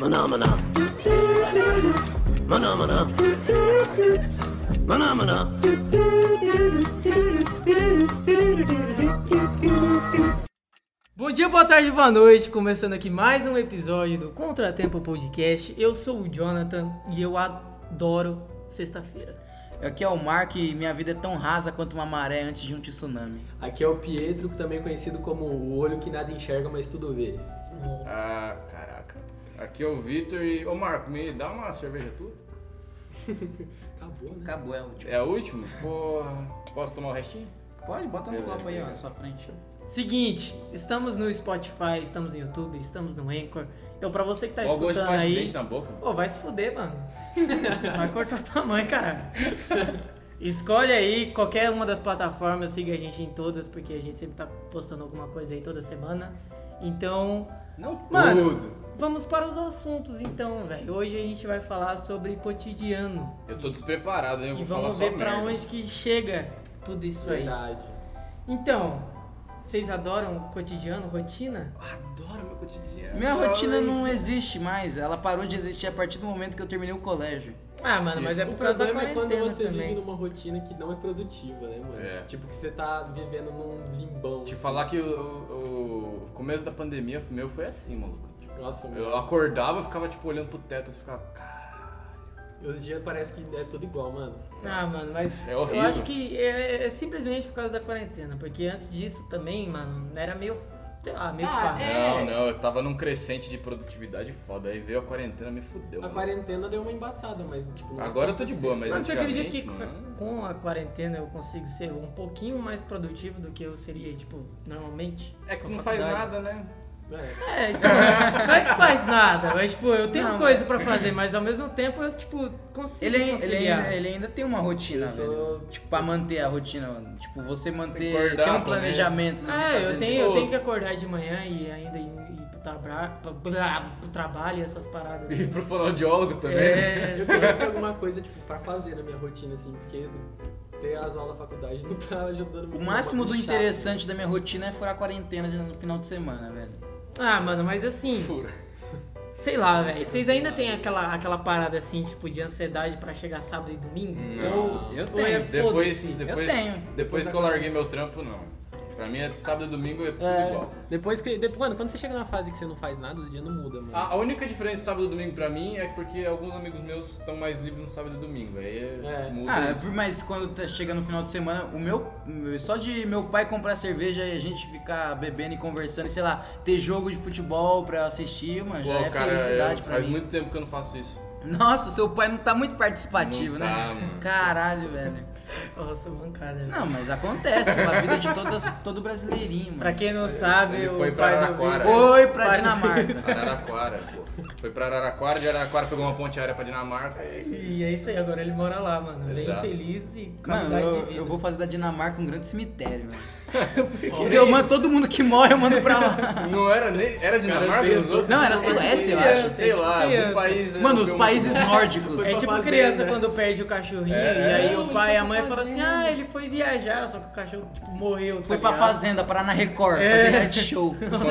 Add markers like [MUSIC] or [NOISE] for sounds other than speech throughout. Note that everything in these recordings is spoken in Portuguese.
Maná, maná. Maná, maná. Maná, maná. Bom dia, boa tarde, boa noite. Começando aqui mais um episódio do Contratempo Podcast. Eu sou o Jonathan e eu adoro sexta-feira. Aqui é o Mark e minha vida é tão rasa quanto uma maré antes de um tsunami. Aqui é o Pietro, também conhecido como o olho que nada enxerga, mas tudo vê. Ah, caraca. Aqui é o Vitor e. Ô Marco, me dá uma cerveja tua? Acabou, né? Acabou, é o último. É a última? Porra. Posso tomar o restinho? Pode, bota no Beleza, copo aí, ó, beleza. na sua frente. Seguinte, estamos no Spotify, estamos no YouTube, estamos no Anchor. Então, pra você que tá Ó, o gosto de escutando pasta de aí. dente na boca. Pô, vai se fuder, mano. [LAUGHS] Vai cortar o tamanho, caralho. Escolhe aí qualquer uma das plataformas, siga a gente em todas, porque a gente sempre tá postando alguma coisa aí toda semana. Então, Não, Mano. tudo. vamos para os assuntos então, velho. Hoje a gente vai falar sobre cotidiano. Eu tô despreparado, hein? Eu E vou vamos ver falar só pra merda. onde que chega tudo isso aí. Verdade. Então, vocês adoram cotidiano, rotina? Adoro meu É, cotidiano. Minha rotina não existe mais, ela parou de existir a partir do momento que eu terminei o colégio. Ah, mano, mas é O por causa da problema é quando quarentena você vive também. numa rotina que não é produtiva, né, mano? É. Tipo que você tá vivendo num limbão. Te assim. falar que o, o- o começo da pandemia meu foi assim, maluco. Tipo, Nossa, eu mano. acordava, eu ficava tipo olhando pro teto, eu ficava. "Cara, Os dias parece que é tudo igual, mano. Ah, mano, mas É eu horrível. acho que é, é simplesmente por causa da quarentena, porque antes disso também, mano, era meio, sei lá, meio Ah, parado. é. Não, não, eu tava num crescente de produtividade foda. Aí veio a quarentena me fudeu. A mano. quarentena deu uma embaçada, mas tipo. não é Agora eu tô de 100%. boa, mas Mano, você acredita que antigamente, co- mano, com a quarentena eu consigo ser um pouquinho mais produtivo do que eu seria, tipo, normalmente? É que com não faz faculdade? nada, né? É. É, então, não é que faz nada, mas, tipo, eu tenho Não, coisa pra fazer, mas ao mesmo tempo eu, tipo, consigo Ele, é- ele, ele, conciliar. ainda, ele ainda tem uma rotina, Eu sou- velho. Tipo, pra manter a rotina. Tipo, você manter. que acordar, tem um comer. planejamento. do que Ah, fazer eu no tenho, dia. eu Ô. tenho que acordar de manhã e ainda ir, ir pro, trabra- pra- blá, pro trabalho e essas paradas. [LAUGHS] E pro fonoaudiólogo também. né? É, Eu queria ter alguma coisa, tipo, pra fazer na minha rotina, assim, porque ter as aulas da faculdade não tá ajudando muito. O não, máximo bagulho do chato. né? interessante da minha rotina é furar a quarentena no final de semana, velho. Ah, mano, mas assim, Fura. sei lá, velho. Vocês ainda têm aquela, aquela parada assim, tipo, de ansiedade pra chegar sábado e domingo? Não, Ou- eu ou é tenho. Depois, foda-se? depois, Eu tenho. depois que eu larguei meu trampo, não. Pra mim, é sábado e domingo é tudo igual. É, depois que. Depois, mano, quando você chega na fase que você não faz nada, os dias não mudam, mano. A, a única diferença de sábado e domingo pra mim é porque alguns amigos meus estão mais livres no sábado e domingo. Aí É. muda. Ah, é isso. por- mas quando tá- chega no final de semana, o meu. Só de meu pai comprar cerveja e a gente ficar bebendo e conversando, e sei lá, ter jogo de futebol pra assistir, mano, já Pô, é cara, felicidade eu- pra faz mim. muito tempo que eu não faço isso. Nossa, seu pai não tá muito participativo, Não né? tá, mano. Caralho, velho. Nossa, mancada. velho. Não, mas acontece, pô, a vida de todas, todo brasileirinho, mano. Pra quem não sabe, Ele o foi pra pai do Araraquara. Vitor- Foi pra Pai- [LAUGHS] Dinamarca. Araraquara, pô. Foi pra Araraquara, de Araraquara pegou uma ponte aérea pra Dinamarca. E é isso aí, agora ele mora lá, mano. Bem Exato. feliz e Mano, qualidade de eu, vida. eu vou fazer da Dinamarca um grande cemitério, [LAUGHS] velho. Porque eu mando todo mundo que morre, eu mando pra [LAUGHS] lá. Não era nem. Era Dinamarca? Cara, os outros? Não, era Suécia, eu acho. Sei lá, Criança. algum país. Mano, os europeu. países nórdicos. É tipo fazenda. né? criança quando perde o cachorrinho É, e aí é. o pai e a mãe falam assim: "Ah, ele foi viajar, só que o cachorro tipo morreu". tá Foi pra ligado? fazenda, parar na Record, É. fazer reality show. Quando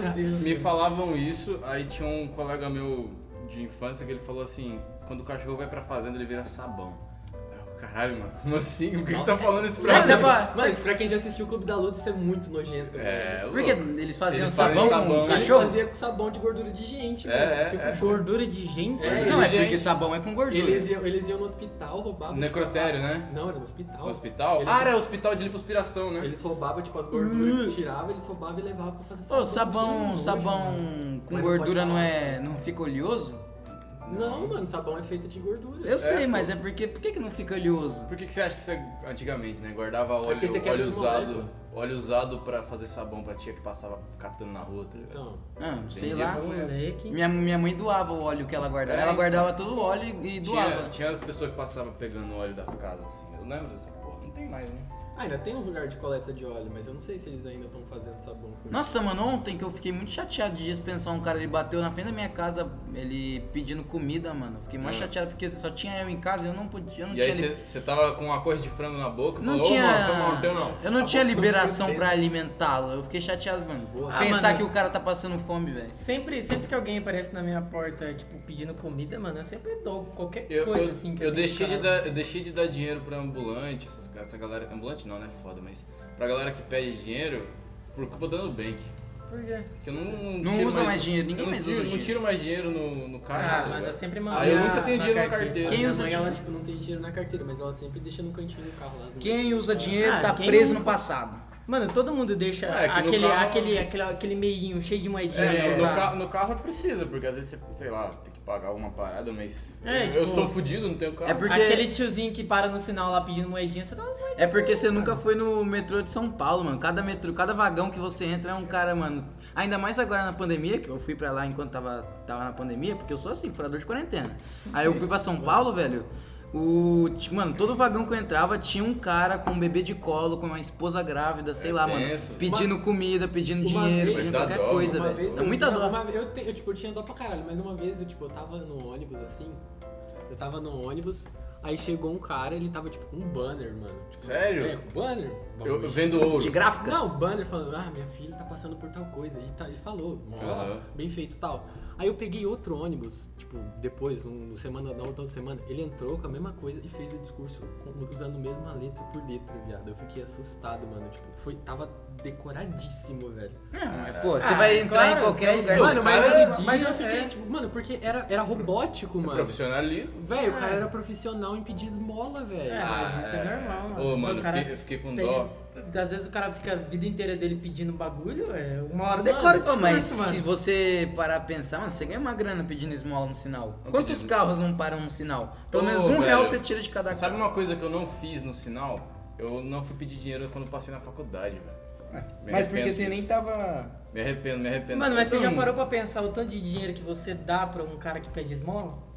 Meu Deus. me falavam isso, aí tinha um colega meu de infância que ele falou assim: quando o cachorro vai pra fazenda, ele vira sabão. Aí eu, Caralho, mano, como assim? Por que você tá falando isso pra Mas é mim? Ah, pra- Mano, pra quem já assistiu o Clube da Luta, isso é muito nojento, É, velho. Porque louco. eles faziam Eles fazem sabão, com sabão. Eles cachorro? faziam com sabão de gordura de gente, É, velho. é, Você é. com- Gordura de gente? É. Não, é Eles- porque sabão é com gordura. Eles iam, eles iam no hospital, roubavam. tipo, Necrotério, a- né? Não, era no hospital. Hospital? Eles- Ah, era hospital de lipospiração, né? Eles roubavam, tipo, as gorduras que tiravam, eles roubavam e levavam pra fazer Ô, Que sabão, nojo, mano. sabão com Mas não gordura pode não falar. é. não fica oleoso? Não, mano, sabão é feito de gordura. Eu sei, mas é porque. Por que, que não fica oleoso? Por que, que você acha que você, antigamente, né, guardava É óleo, porque você quer óleo ver os usado, moleque. óleo usado pra fazer sabão pra tia que passava catando na rua, tá ligado? Então, Ah, sei Entendi, lá. não. Moleque. Minha, minha mãe doava o óleo que ela guardava. É, ela então. guardava todo o óleo e Tinha, Então, doava. tinha as pessoas que passavam pegando óleo das casas, assim. Eu lembro dessa porra, não tem mais, né? Ah, ainda tem uns lugares de coleta de óleo, mas eu não sei se eles ainda estão fazendo sabão com Nossa, mano, ontem que eu fiquei muito chateado de dispensar um cara, ele bateu na frente da minha casa, ele pedindo comida, mano. Fiquei mais Hum. chateado porque só tinha eu em casa, eu não podia, eu não E tinha aí li- você tava com uma coisa de frango na boca e não falou, ô tinha, mano, foi mal, não deu não. eu não Tá tinha bom. liberação pra alimentá-lo. Eu fiquei chateado, mano. Boa. Ah, Pensar mano. que o cara tá passando fome, velho. Sempre, sempre que alguém aparece na minha porta, tipo, pedindo comida, mano, eu sempre dou qualquer Eu, coisa eu- assim que eu eu tenho em deixei de casa. dar, eu deixei de dar dinheiro pra ambulante, essas, essa galera. Ambulante não, né? Foda, mas. Pra galera que pede dinheiro por culpa do Nubank. Por quê? Porque eu não. Não tiro usa mais dinheiro, ninguém eu não mais tiro, usa não dinheiro. tiro mais dinheiro no, no caixa. Ah, tá manda ligado? sempre Aí eu mandar nunca tenho na dinheiro na carteira. carteira. Quem Minha usa mãe, dinheiro? ela, tipo, não tem dinheiro na carteira, mas ela sempre deixa no cantinho do carro lá. as Quem mulheres. usa dinheiro Ah, tá quem preso não- no passado. Mano, todo mundo deixa É, aqui no aquele, carro- aquele, aquele, aquele meinho cheio de moedinha. É, né? no, ca- no carro precisa, porque às vezes você, sei lá, tem que pagar alguma parada, mas. É, eu, tipo- eu sou fudido, não tenho carro. É porque- Aquele tiozinho que para no sinal lá pedindo moedinha, você dá umas moedinhas. É porque você nunca foi no metrô de São Paulo, mano. Cada metrô, cada vagão que você entra é um cara, mano. Ainda mais agora na pandemia, que eu fui pra lá enquanto tava, tava na pandemia, porque eu sou assim, furador de quarentena. Aí eu fui pra São Paulo, velho. O. ti- Mano, todo vagão que eu entrava tinha um cara com um bebê de colo, com uma esposa grávida, sei É lá, tenso. mano. Pedindo comida, pedindo Uma dinheiro, vez- pedindo Mas dá qualquer dó, coisa, Uma vez velho. É eu- muita não, dor. uma vez- eu, te- eu, tipo, eu tinha dó pra caralho, mas uma vez eu, tipo, eu tava no ônibus, assim, eu tava no ônibus, aí chegou um cara, ele tava, tipo, com um banner, mano. Tipo, Sério? É, com banner. Eu, eu bagulho. vendo ouro. De gráfica? Não, o banner falando, ah, minha filha tá passando por tal coisa. E tá- ele falou, mó, Aham. bem feito e tal. Aí eu peguei outro ônibus, tipo, depois, um, no semana, na outra semana, ele entrou com a mesma coisa e fez o discurso com- usando a mesma letra por letra, viado. Eu fiquei assustado, mano. Tipo, foi, tava decoradíssimo, velho. Não, mas, pô, você Ah, vai entrar claro, em qualquer velho. lugar. Mas mano, o mas, cara- eu- mas eu fiquei, é. tipo, mano, porque era, era robótico, mano. Profissionalismo. Velho, o cara era profissional em pedir esmola, velho. É, mas isso é, normal, mano. Ah, Ô, mano, O cara eu, fiquei, eu fiquei com tem- dó. Às vezes o cara fica a vida inteira dele pedindo bagulho, é, uma hora Mano, decora Pô, o mas discurso, mano. se você parar a pensar, mano, você ganha uma grana pedindo esmola no sinal. Não Quantos pedindo. carros não param no sinal? Pelo Ô, menos um velho, real você tira de cada Sabe carro. uma coisa que eu não fiz no sinal? Eu não fui pedir dinheiro quando passei na faculdade, velho. Me Mas arrependo porque você disso. nem tava. Me arrependo, me arrependo. Mano, mas você Então, já parou pra pensar o tanto de dinheiro que você dá pra um cara que pede esmola?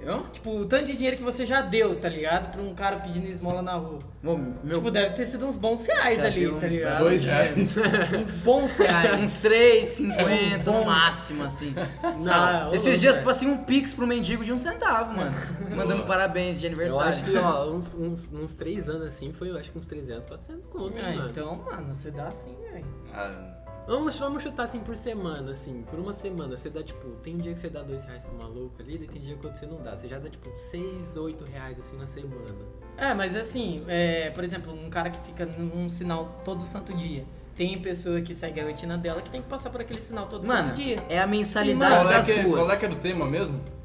Eu? Tipo, o tanto de dinheiro que você já deu, tá ligado? Pra um cara pedindo esmola na rua. Bom, meu. Tipo, deve ter sido uns bons reais Já ali, deu tá um- ligado? Dois reais. [LAUGHS] Uns bons cara, [LAUGHS] reais. É um uns 3, 50 no máximo, assim. [LAUGHS] Ah, ô, Esses dias velho. passei um pix pro mendigo de um centavo, [LAUGHS] mano. Mandando Boa. parabéns de Eu aniversário. acho que, ó, uns, uns, uns três anos assim foi, eu acho que uns 300, 400 conto, hein, Ah, mano. então, mano, você dá assim, velho. Ah, Vamos, vamos chutar assim por semana, assim, por uma semana. Você dá tipo, tem um dia que você dá dois reais pro maluco ali, daí tem dia que você não dá. Você já dá tipo seis, oito reais assim na semana. É, mas assim, é, por exemplo, um cara que fica num sinal todo santo dia. Tem pessoa que segue a rotina dela que tem que passar por aquele sinal todo Mano, santo dia. é a mensalidade qual, é das que, ruas. qual é que era o tema mesmo? É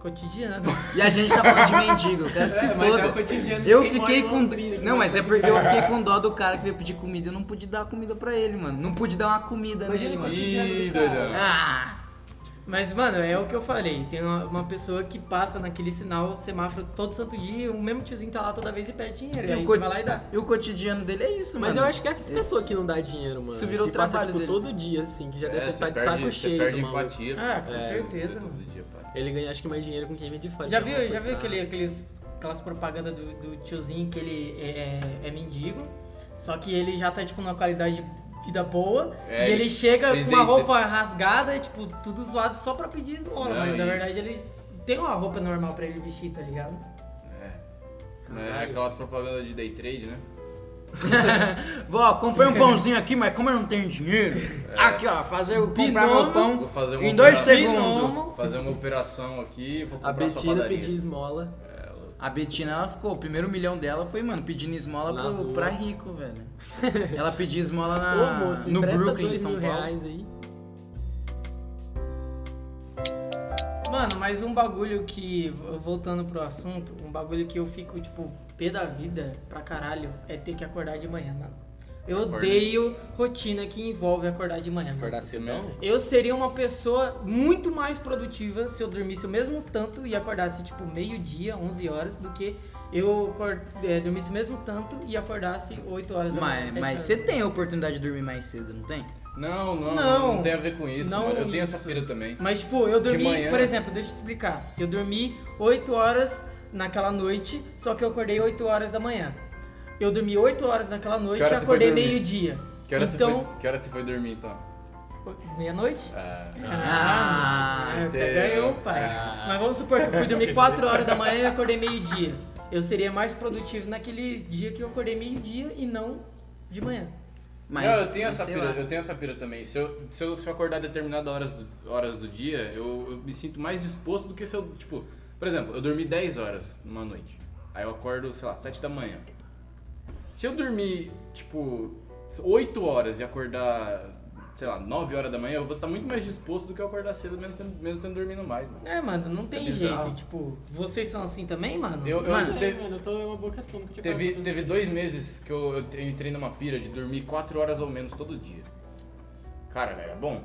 Cotidiano. [LAUGHS] E a gente tá falando de mendigo, eu quero que se É, mas foda. é o cotidiano de eu quem fiquei mora em com. Londrina, né? que não, não mas é pode porque eu fiquei com dó do cara que veio pedir comida. Eu não pude dar comida pra ele, mano. Não pude dar uma comida Imagina nele, o mano. cotidiano Ih, do cara. doidão. É, Ah! Mas, mano, é o que eu falei. Tem uma, uma pessoa que passa naquele sinal, semáforo, todo santo dia, o mesmo tiozinho tá lá toda vez e pede dinheiro. E É, aí o você co- vai lá e dá. e o cotidiano dele é isso, mano. Mas eu acho que essas Esse- pessoas que não dá dinheiro, mano. Isso virou que passa, trabalho tipo, dele. todo dia, assim, que já deve É, estar você de saco perde, você cheio perde do maluco. empatia. Ah, com É, certeza, Todo mano. dia, pai. Ele ganha, acho que mais dinheiro com quem vende fora. Já né? viu, já viu Coitado. aquele, aqueles, aquelas propagandas do, do tiozinho que ele é, é- é mendigo, só que ele já tá, tipo, numa qualidade de vida boa, É, e ele chega ele com uma deita. roupa rasgada, tipo, tudo zoado só pra pedir esmola. Não, mas, na e- verdade, ele tem uma roupa normal pra ele vestir, tá ligado? É aquelas propagandas de day trade, né? Vó, comprei um pãozinho aqui, mas como eu não tenho dinheiro, aqui ó, fazer eu comprar Binomo. meu pão É. Vou fazer uma em dois operação. segundos. Binomo. Fazer uma operação aqui, vou comprar A sua Betina padaria. pedia esmola. A Betina, ela ficou, o primeiro milhão dela foi, mano, pedindo esmola Na pro, rua. pra rico, [LAUGHS] velho. Ela pediu esmola na, Ô, moço, me no presta Brooklyn, em dois São mil Paulo. reais aí. Mano, mas um bagulho que, voltando pro assunto, um bagulho que eu fico, tipo, pé da vida pra caralho é ter que acordar de manhã, mano. Eu Acorda. odeio rotina que envolve acordar de manhã. mano. Acordar cedo não? Eu seria uma pessoa muito mais produtiva se eu dormisse o mesmo tanto e acordasse, tipo, meio-dia, 11 horas, do que eu acor- é, dormisse o mesmo tanto e acordasse 8 horas da manhã. Mas, 7 mas horas. você tem a oportunidade de dormir mais cedo, não tem? Não, não, Não. não, tem a ver com isso, Não mano. Eu tenho isso. essa pira também. Mas, tipo, eu De dormi, manhã. por exemplo, deixa eu explicar. Eu dormi 8 horas naquela noite, só que eu acordei 8 horas da manhã. Eu dormi 8 horas naquela noite Que e hora você foi acordei dormir? meio-dia. Que hora, você Então, foi, que hora você foi dormir, então? meia-noite? Ah, Ah, mas- é, entendeu. ganhou, pai. Ah. Mas vamos supor que eu fui [LAUGHS] dormir 4 horas da manhã e acordei meio-dia. Eu seria mais produtivo naquele dia que eu acordei meio-dia e não de manhã. Mas, não, eu tenho, mas essa sei pira, lá. eu tenho essa pira também. Se eu, se eu, se eu acordar determinadas horas do, horas do dia, eu, eu me sinto mais disposto do que se eu, tipo... Por exemplo, eu dormi 10 horas numa noite. Aí eu acordo, sei lá, 7 da manhã. Se eu dormir, tipo, 8 horas e acordar, sei lá, 9 horas da manhã, eu vou estar muito mais disposto do que eu acordar cedo, mesmo tendo, mesmo tendo dormindo mais, mano. É, mano, não tem bizarro. jeito. Tipo, vocês são assim também, mano? Eu- eu- mano, Mano, teve- mano, eu tô é uma boa questão. porque Teve, pra- teve dois meses que eu, eu te- entrei numa pira de dormir 4 horas ou menos todo dia. Cara, velho, é bom.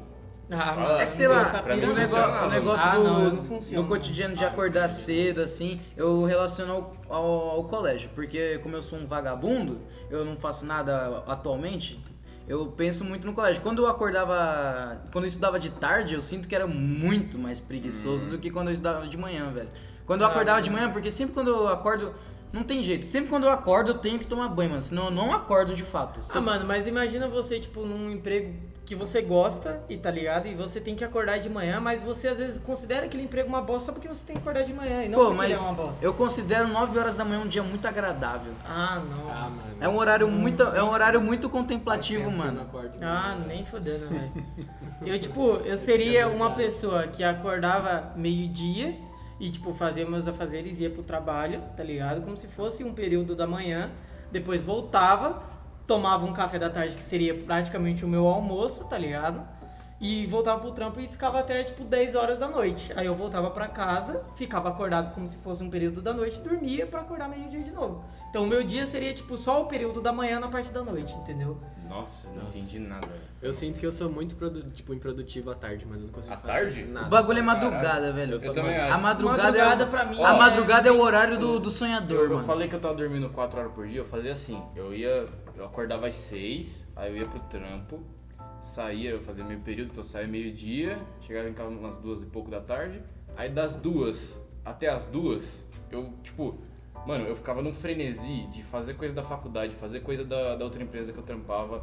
Ah, Fala. mano, É que sei não lá, tem essa pra pira mim o não. funciona, negócio, o mano. negócio Ah, do, não, eu não funciono, do cotidiano de mano. Ah, acordar sim. cedo, assim, eu relaciono ao, ao- ao colégio. Porque como eu sou um vagabundo, eu não faço nada atualmente, eu penso muito no colégio. Quando eu acordava. Quando eu estudava de tarde, eu sinto que era muito mais Hum. preguiçoso do que quando eu estudava de manhã, velho. Quando eu Ah, acordava de manhã, porque sempre quando eu acordo. Não tem jeito. Sempre quando eu acordo, eu tenho que tomar banho, mano. Senão eu não acordo de fato. Se Ah, eu- mano, mas imagina você, tipo, num emprego que você gosta, e tá ligado? E você tem que acordar de manhã, mas você às vezes considera aquele emprego uma bosta só porque você tem que acordar de manhã e não Pô, porque ele é uma mas bosta. eu considero 9 horas da manhã um dia muito agradável. Ah, não. Ah, mano. É um horário muito, é um horário muito Faz tempo né? contemplativo, que eu não mano. acordo de Ah, manhã. é nem fodendo, [LAUGHS] velho. Eu, tipo, eu seria uma pessoa que acordava meio-dia e, tipo, fazia meus afazeres, ia pro trabalho, tá ligado? Como se fosse um período da manhã. Depois voltava, tomava um café da tarde, que seria praticamente o meu almoço, tá ligado? E voltava pro trampo e ficava até, tipo, 10 horas da noite. Aí eu voltava pra casa, ficava acordado como se fosse um período da noite, dormia pra acordar meio-dia de novo. Então, o meu dia seria, tipo, só o período da manhã na parte da noite, entendeu? Nossa, não Nossa. entendi nada, velho. Eu sinto que eu sou muito, produ- tipo, improdutivo à tarde, mano. Eu não consigo À fazer tarde? nada. O bagulho é Caralho. madrugada, velho. Eu sou Eu também mano. acho. A madrugada, Madrugada é o, pra mim a é- madrugada é o horário do, do Eu, sonhador, eu mano. falei que eu tava dormindo 4 horas por dia, eu fazia assim, eu ia, eu acordava às 6, aí eu ia pro trampo, saía, eu fazia meio período, então eu saía meio-dia, chegava em casa umas duas e pouco da tarde, aí das duas até as duas, eu, tipo, mano, eu ficava num frenesi de fazer coisa da faculdade, fazer coisa da, da outra empresa que eu trampava.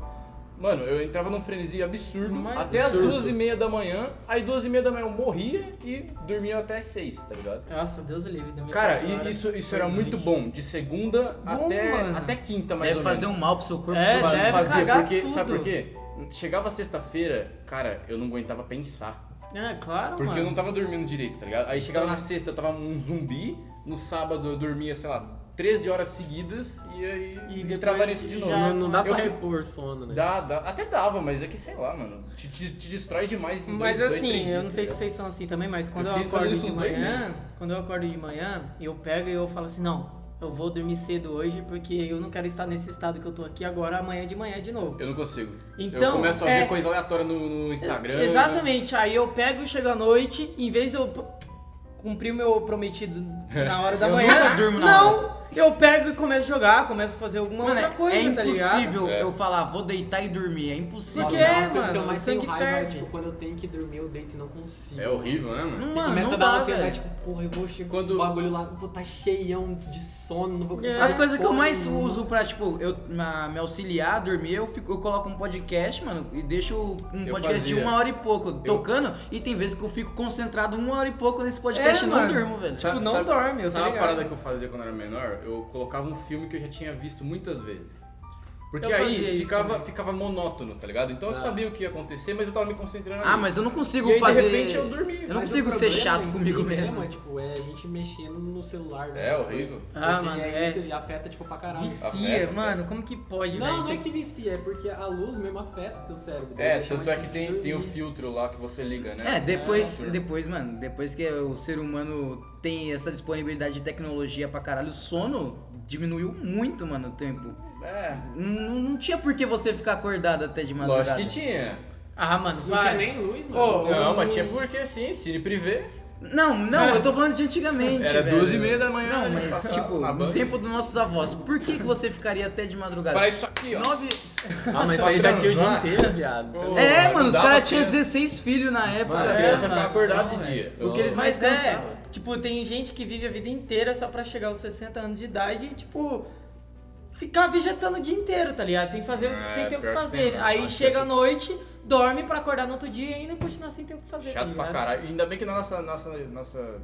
Mano, eu entrava num frenesi absurdo Mas até absurdo. as duas e meia da manhã, aí duas e meia da manhã eu morria e dormia até as seis, tá ligado? Nossa, Deus o livre. da minha Cara, cara. e isso, isso era muito bom. De segunda Bom, até, mano. até quinta, mais Deve ou fazer menos. um mal pro seu corpo. É, faz- deve. faz- Fazia, cagar porque, tudo. sabe por quê? Chegava sexta-feira, cara, eu não aguentava pensar. É, claro, Porque mano. eu não tava dormindo direito, tá ligado? Aí chegava na sexta, eu tava um zumbi. No sábado eu dormia, sei lá, 13 horas seguidas e aí E depois entrava nisso de já- novo. Não, não dá Eu pra fui- repor sono, né? Dá, dá. Até dava, mas é que sei lá, mano. Te, te, te destrói demais em Mas dois, dois, assim, três dias, eu não sei tá se vocês são assim também, mas quando Eu eu, fiquei fazendo acordo isso de uns dois manhã, meses. quando eu acordo de manhã, eu pego e eu falo assim, não, eu vou dormir cedo hoje porque eu não quero estar nesse estado que eu tô aqui agora, amanhã de manhã de novo. Eu não consigo. eu Então, começo a é- ver coisa aleatória no, no Instagram. Exatamente, aí eu pego e chego à noite, em vez de eu p- cumprir o meu prometido na hora da [LAUGHS] Eu manhã, nunca durmo na não, eu pego e começo a jogar, começo a fazer alguma Mano, é, outra coisa, é tá ligado? impossível É. eu falar, vou deitar e dormir. É impossível. Porque, Nossa, uma das coisas que eu mano, mais sangue tenho raiva é, ferve. tipo, quando eu tenho que dormir, eu deito e não consigo. É horrível, né, mano? Não, Porque mano, começa não a dar uma dá, velho. ansiedade, tipo, porra, eu vou chegar com Quando- o bagulho lá, vou estar cheião de sono, não vou conseguir. É. As coisas que eu porra mais nenhuma. uso pra, tipo, eu na- me auxiliar a dormir, eu, fico- eu coloco um podcast, mano, e deixo um Eu podcast de fazia. uma hora e pouco tocando, e tem vezes que eu fico concentrado uma hora e pouco nesse podcast É, e não mano. durmo, velho. Tipo, não dorme, eu tô Sabe uma ligado. parada que eu fazia quando eu era menor? Eu colocava um filme que eu já tinha visto muitas vezes. Porque Eu fazia aí isso ficava, também. ficava monótono, tá ligado? Então eu sabia o que ia acontecer, mas eu tava me concentrando Ah, ali. mas eu não consigo E aí, fazer. de repente, eu dormi. Eu não Mas o consigo ser problema chato em comigo si mesmo. É, tipo, é a gente mexendo no celular. É, nessas horrível. coisas. Ah, Porque mano, é, é. Isso e afeta, tipo, pra caralho. Vicia, Afeta, mano, como que pode, velho? Não, não Isso é aqui- que vicia, é porque a luz mesmo afeta o teu cérebro. É, deixa tanto é mais que difícil tem, tem o dormir. filtro lá que você liga, né? É, depois, É. depois, mano, depois que o ser humano tem essa disponibilidade de tecnologia pra caralho, o sono diminuiu muito, mano, o tempo. É. Não, não- não tinha por que você ficar acordado até de madrugada. Lógico que tinha. Ah, mano, Não tinha para. nem luz, mano. Ô, não, mas tinha porque sim, cine privê. Não, não, [LAUGHS] eu tô falando de antigamente, Era velho. duas e meia Tá da manhã, Não, ele mas, [LAUGHS] passava tipo, na no banca. tempo dos nossos avós, por que, que você ficaria até de madrugada? Para isso aqui, ó. Nove... Ah, mas isso aí já tinha o dia transar. inteiro, viado. Você Ô, não- É, mano, mano, os dá caras pra tinham ser- 16 filhos na época, As É, velho. crianças ficam mano, acordadas não, de velho. dia. O que eles mais Mas cansavam. é, tipo, tem gente que vive a vida inteira só pra chegar aos 60 anos de idade e, tipo, ficar vegetando o dia inteiro, tá ligado? Sem fazer, É, sem ter o que pior que fazer. tem, Aí acho chega que- à noite, dorme pra acordar no outro dia e ainda continuar sem ter o que fazer, tá Chato pra ligado? caralho. E ainda bem que na nossa, nossa, nossa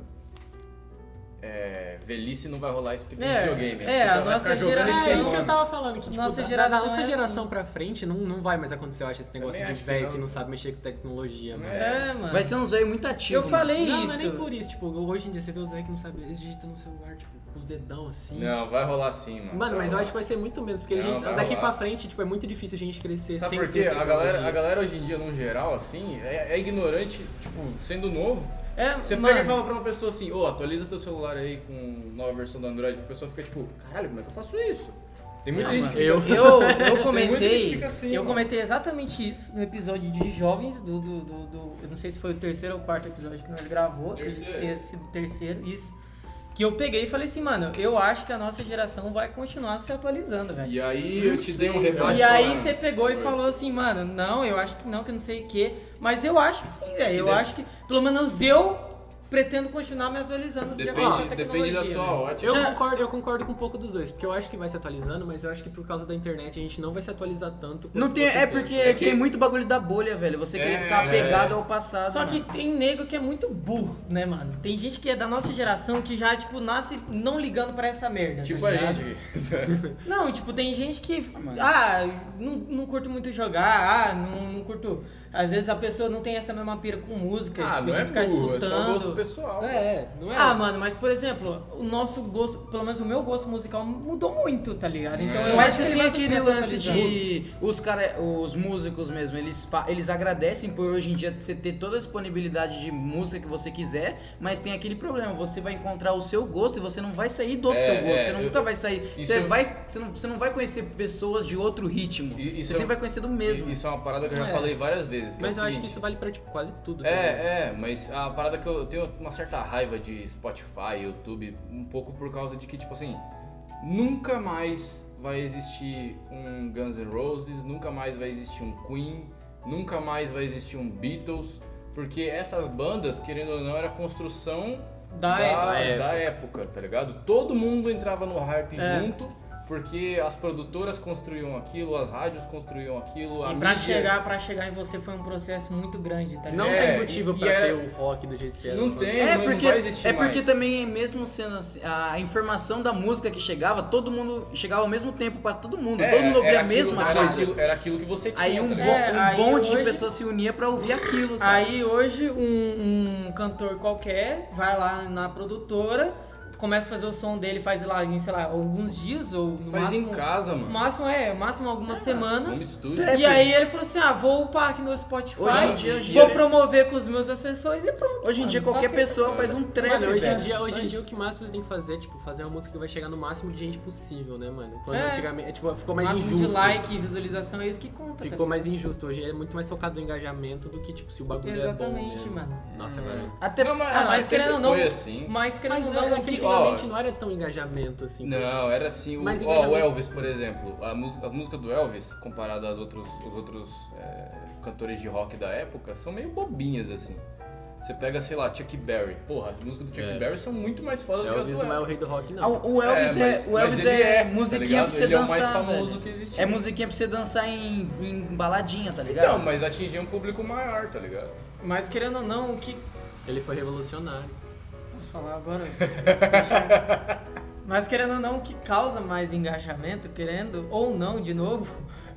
é, velhice não vai rolar isso porque tem É, videogame. é, Então a vai ficar nossa jogando geração- esse É, isso que eu jogo. tava falando, que tipo, Nossa da- geração da nossa é geração pra frente não, não vai mais acontecer, eu acho, esse negócio Também de acho que velho não. que não sabe mexer com tecnologia, mano. É, mano. Vai ser uns velho muito ativo. Eu falei Não, não é isso. nem por isso, tipo, hoje em dia você vê os velhos que não sabem, eles digitam no celular, tipo, com os dedão assim. Não, vai rolar sim, Mano, mano. Vai mas eu rolar. acho que vai ser muito menos, porque a É, Não, gente, vai daqui rolar. pra frente, tipo, é muito difícil a gente crescer Sabe sem por quê? ter A galera, tecnologia. a galera hoje em dia, num geral, assim, é, é ignorante, tipo, sendo novo. É, Você mano, pega e fala pra uma pessoa assim, ô, atualiza teu celular aí com nova versão do Android, a pessoa fica tipo, caralho, como é que eu faço isso? Tem muita Não, gente mano, que eu, fica assim. eu, Tem muita gente que comentei. fica assim, eu mano. comentei exatamente isso no episódio de jovens do, do, do- do- Eu não sei se foi o terceiro ou quarto episódio que nós gravou. Terceiro. acredito que tenha sido o terceiro, isso. Que eu peguei e falei assim, mano, eu acho que a nossa geração vai continuar se atualizando, velho. E aí eu te dei um sei, rebate. E aí falando. você pegou e Foi. falou assim, mano, não, eu acho que não, que eu não sei o quê. Mas eu acho que sim, velho. Eu Dep- acho que, pelo menos eu pretendo continuar me atualizando de acordo com a Depende, depende tecnologia, da né? sua velho. ótica. Eu concordo, eu concordo com um pouco dos dois, porque eu acho que vai se atualizando, mas eu acho que por causa da internet a gente não vai se atualizar tanto. quanto Não tem, você é pensa. porque que- tem muito bagulho da bolha, velho. Você É, querer ficar é. apegado ao passado. né? Só que mano. tem nego que é muito burro, né, mano? Tem gente que é da nossa geração que já, tipo, nasce não ligando pra essa merda. tá Tipo a ligado? gente aqui. Não, tipo, tem gente que. mano. Ah, não, não curto muito jogar, ah, não, não curto. Às vezes a pessoa não tem essa mesma pira com música, ah, tipo, não de é ficar burro, é só escutando. gosto pessoal. É, não é. Ah, mano, mas por exemplo, o nosso gosto, pelo menos o meu gosto musical mudou muito, tá ligado? É. Então eu Mas acho que você ele tem vai aquele continuar se lance atualizando. de os cara, os músicos mesmo, eles, fa- eles agradecem por hoje em dia você ter toda a disponibilidade de música que você quiser, mas tem aquele problema, você vai encontrar o seu gosto e você não vai sair do É, seu gosto, é, você eu- nunca vai sair, isso você eu- vai, você não, você não vai conhecer pessoas de outro ritmo. E- isso você eu- sempre vai conhecer do mesmo. I- Isso é uma parada que eu já É. falei várias vezes. Mas é eu o acho que seguinte, isso vale pra, tipo, quase tudo. também. É, é, mas a parada que eu eu tenho uma certa raiva de Spotify, YouTube, um pouco por causa de que, tipo assim, nunca mais vai existir um Guns N' Roses, nunca mais vai existir um Queen, nunca mais vai existir um Beatles, porque essas bandas, querendo ou não, era construção Da época. da época, tá ligado? Todo mundo entrava no hype É. junto, porque as produtoras construíam aquilo, as rádios construíam aquilo, a E pra mídia- chegar, pra chegar em você foi um processo muito grande, tá ligado? Não É, tem motivo e- e pra era- ter o rock do jeito que era. Não mano. tem, É não- não porque, vai existir é porque mais. também, mesmo sendo assim, a informação da música que chegava, todo mundo chegava ao mesmo tempo pra todo mundo. É, todo mundo ouvia era a mesma aquilo, coisa. Era aquilo, era aquilo que você tinha, Aí um, tá bo- ligado? É, um aí bonde hoje- de pessoas se unia pra ouvir aquilo. cara. Aí hoje um, um cantor qualquer vai lá na produtora, começa a fazer o som dele, faz lá em, sei lá, alguns dias ou no Faz máximo. em casa, no mano. máximo é, no máximo algumas Home semanas. studio. É, E aí ele falou assim: "Ah, vou upar aqui no Spotify, Hoje em dia, hoje em vou dia- promover com os meus assessores e pronto". Hoje em mano, dia tá qualquer feito. pessoa faz um trem. Mano, hoje em velho. dia, Só hoje em dia isso. o que máximo você tem que fazer é, tipo, fazer uma música que vai chegar no máximo de gente possível, né, mano? Quando É. antigamente, é, tipo, ficou O mais máximo injusto. de like e visualização é isso que conta. tá Ficou mais injusto. Hoje é muito mais focado no engajamento do que, tipo, se o bagulho Exatamente, é bom mesmo. mano. Nossa, agora... Até Não, mas, Ah, acho mas que sempre querendo ou não- Foi assim. Mas querendo Mas ou não, não, é aqui- antigamente ó. não era tão engajamento assim. Não, era assim. O, Mas ó, engajamento- o Elvis, por exemplo. a mús- as músicas do Elvis, comparado aos outros, os outros é, cantores de rock da época, são meio bobinhas, assim. Você pega, sei lá, Chuck Berry. Porra, as músicas do Chuck É. Berry são muito mais fodas do que as do Elvis não é o rei do rock, Ah, não. o o Elvis é, mas- o Elvis mas ele é, é, tá musiquinha ligado? pra você Ele é o mais dançar. famoso velho. que existiu. É musiquinha pra você dançar em, em baladinha, tá Então, ligado? mas atingia um público maior, tá ligado? mas querendo ou não, o que Ele foi revolucionário. Posso falar agora? Mas querendo ou não, o que causa mais engajamento, querendo ou não, de novo,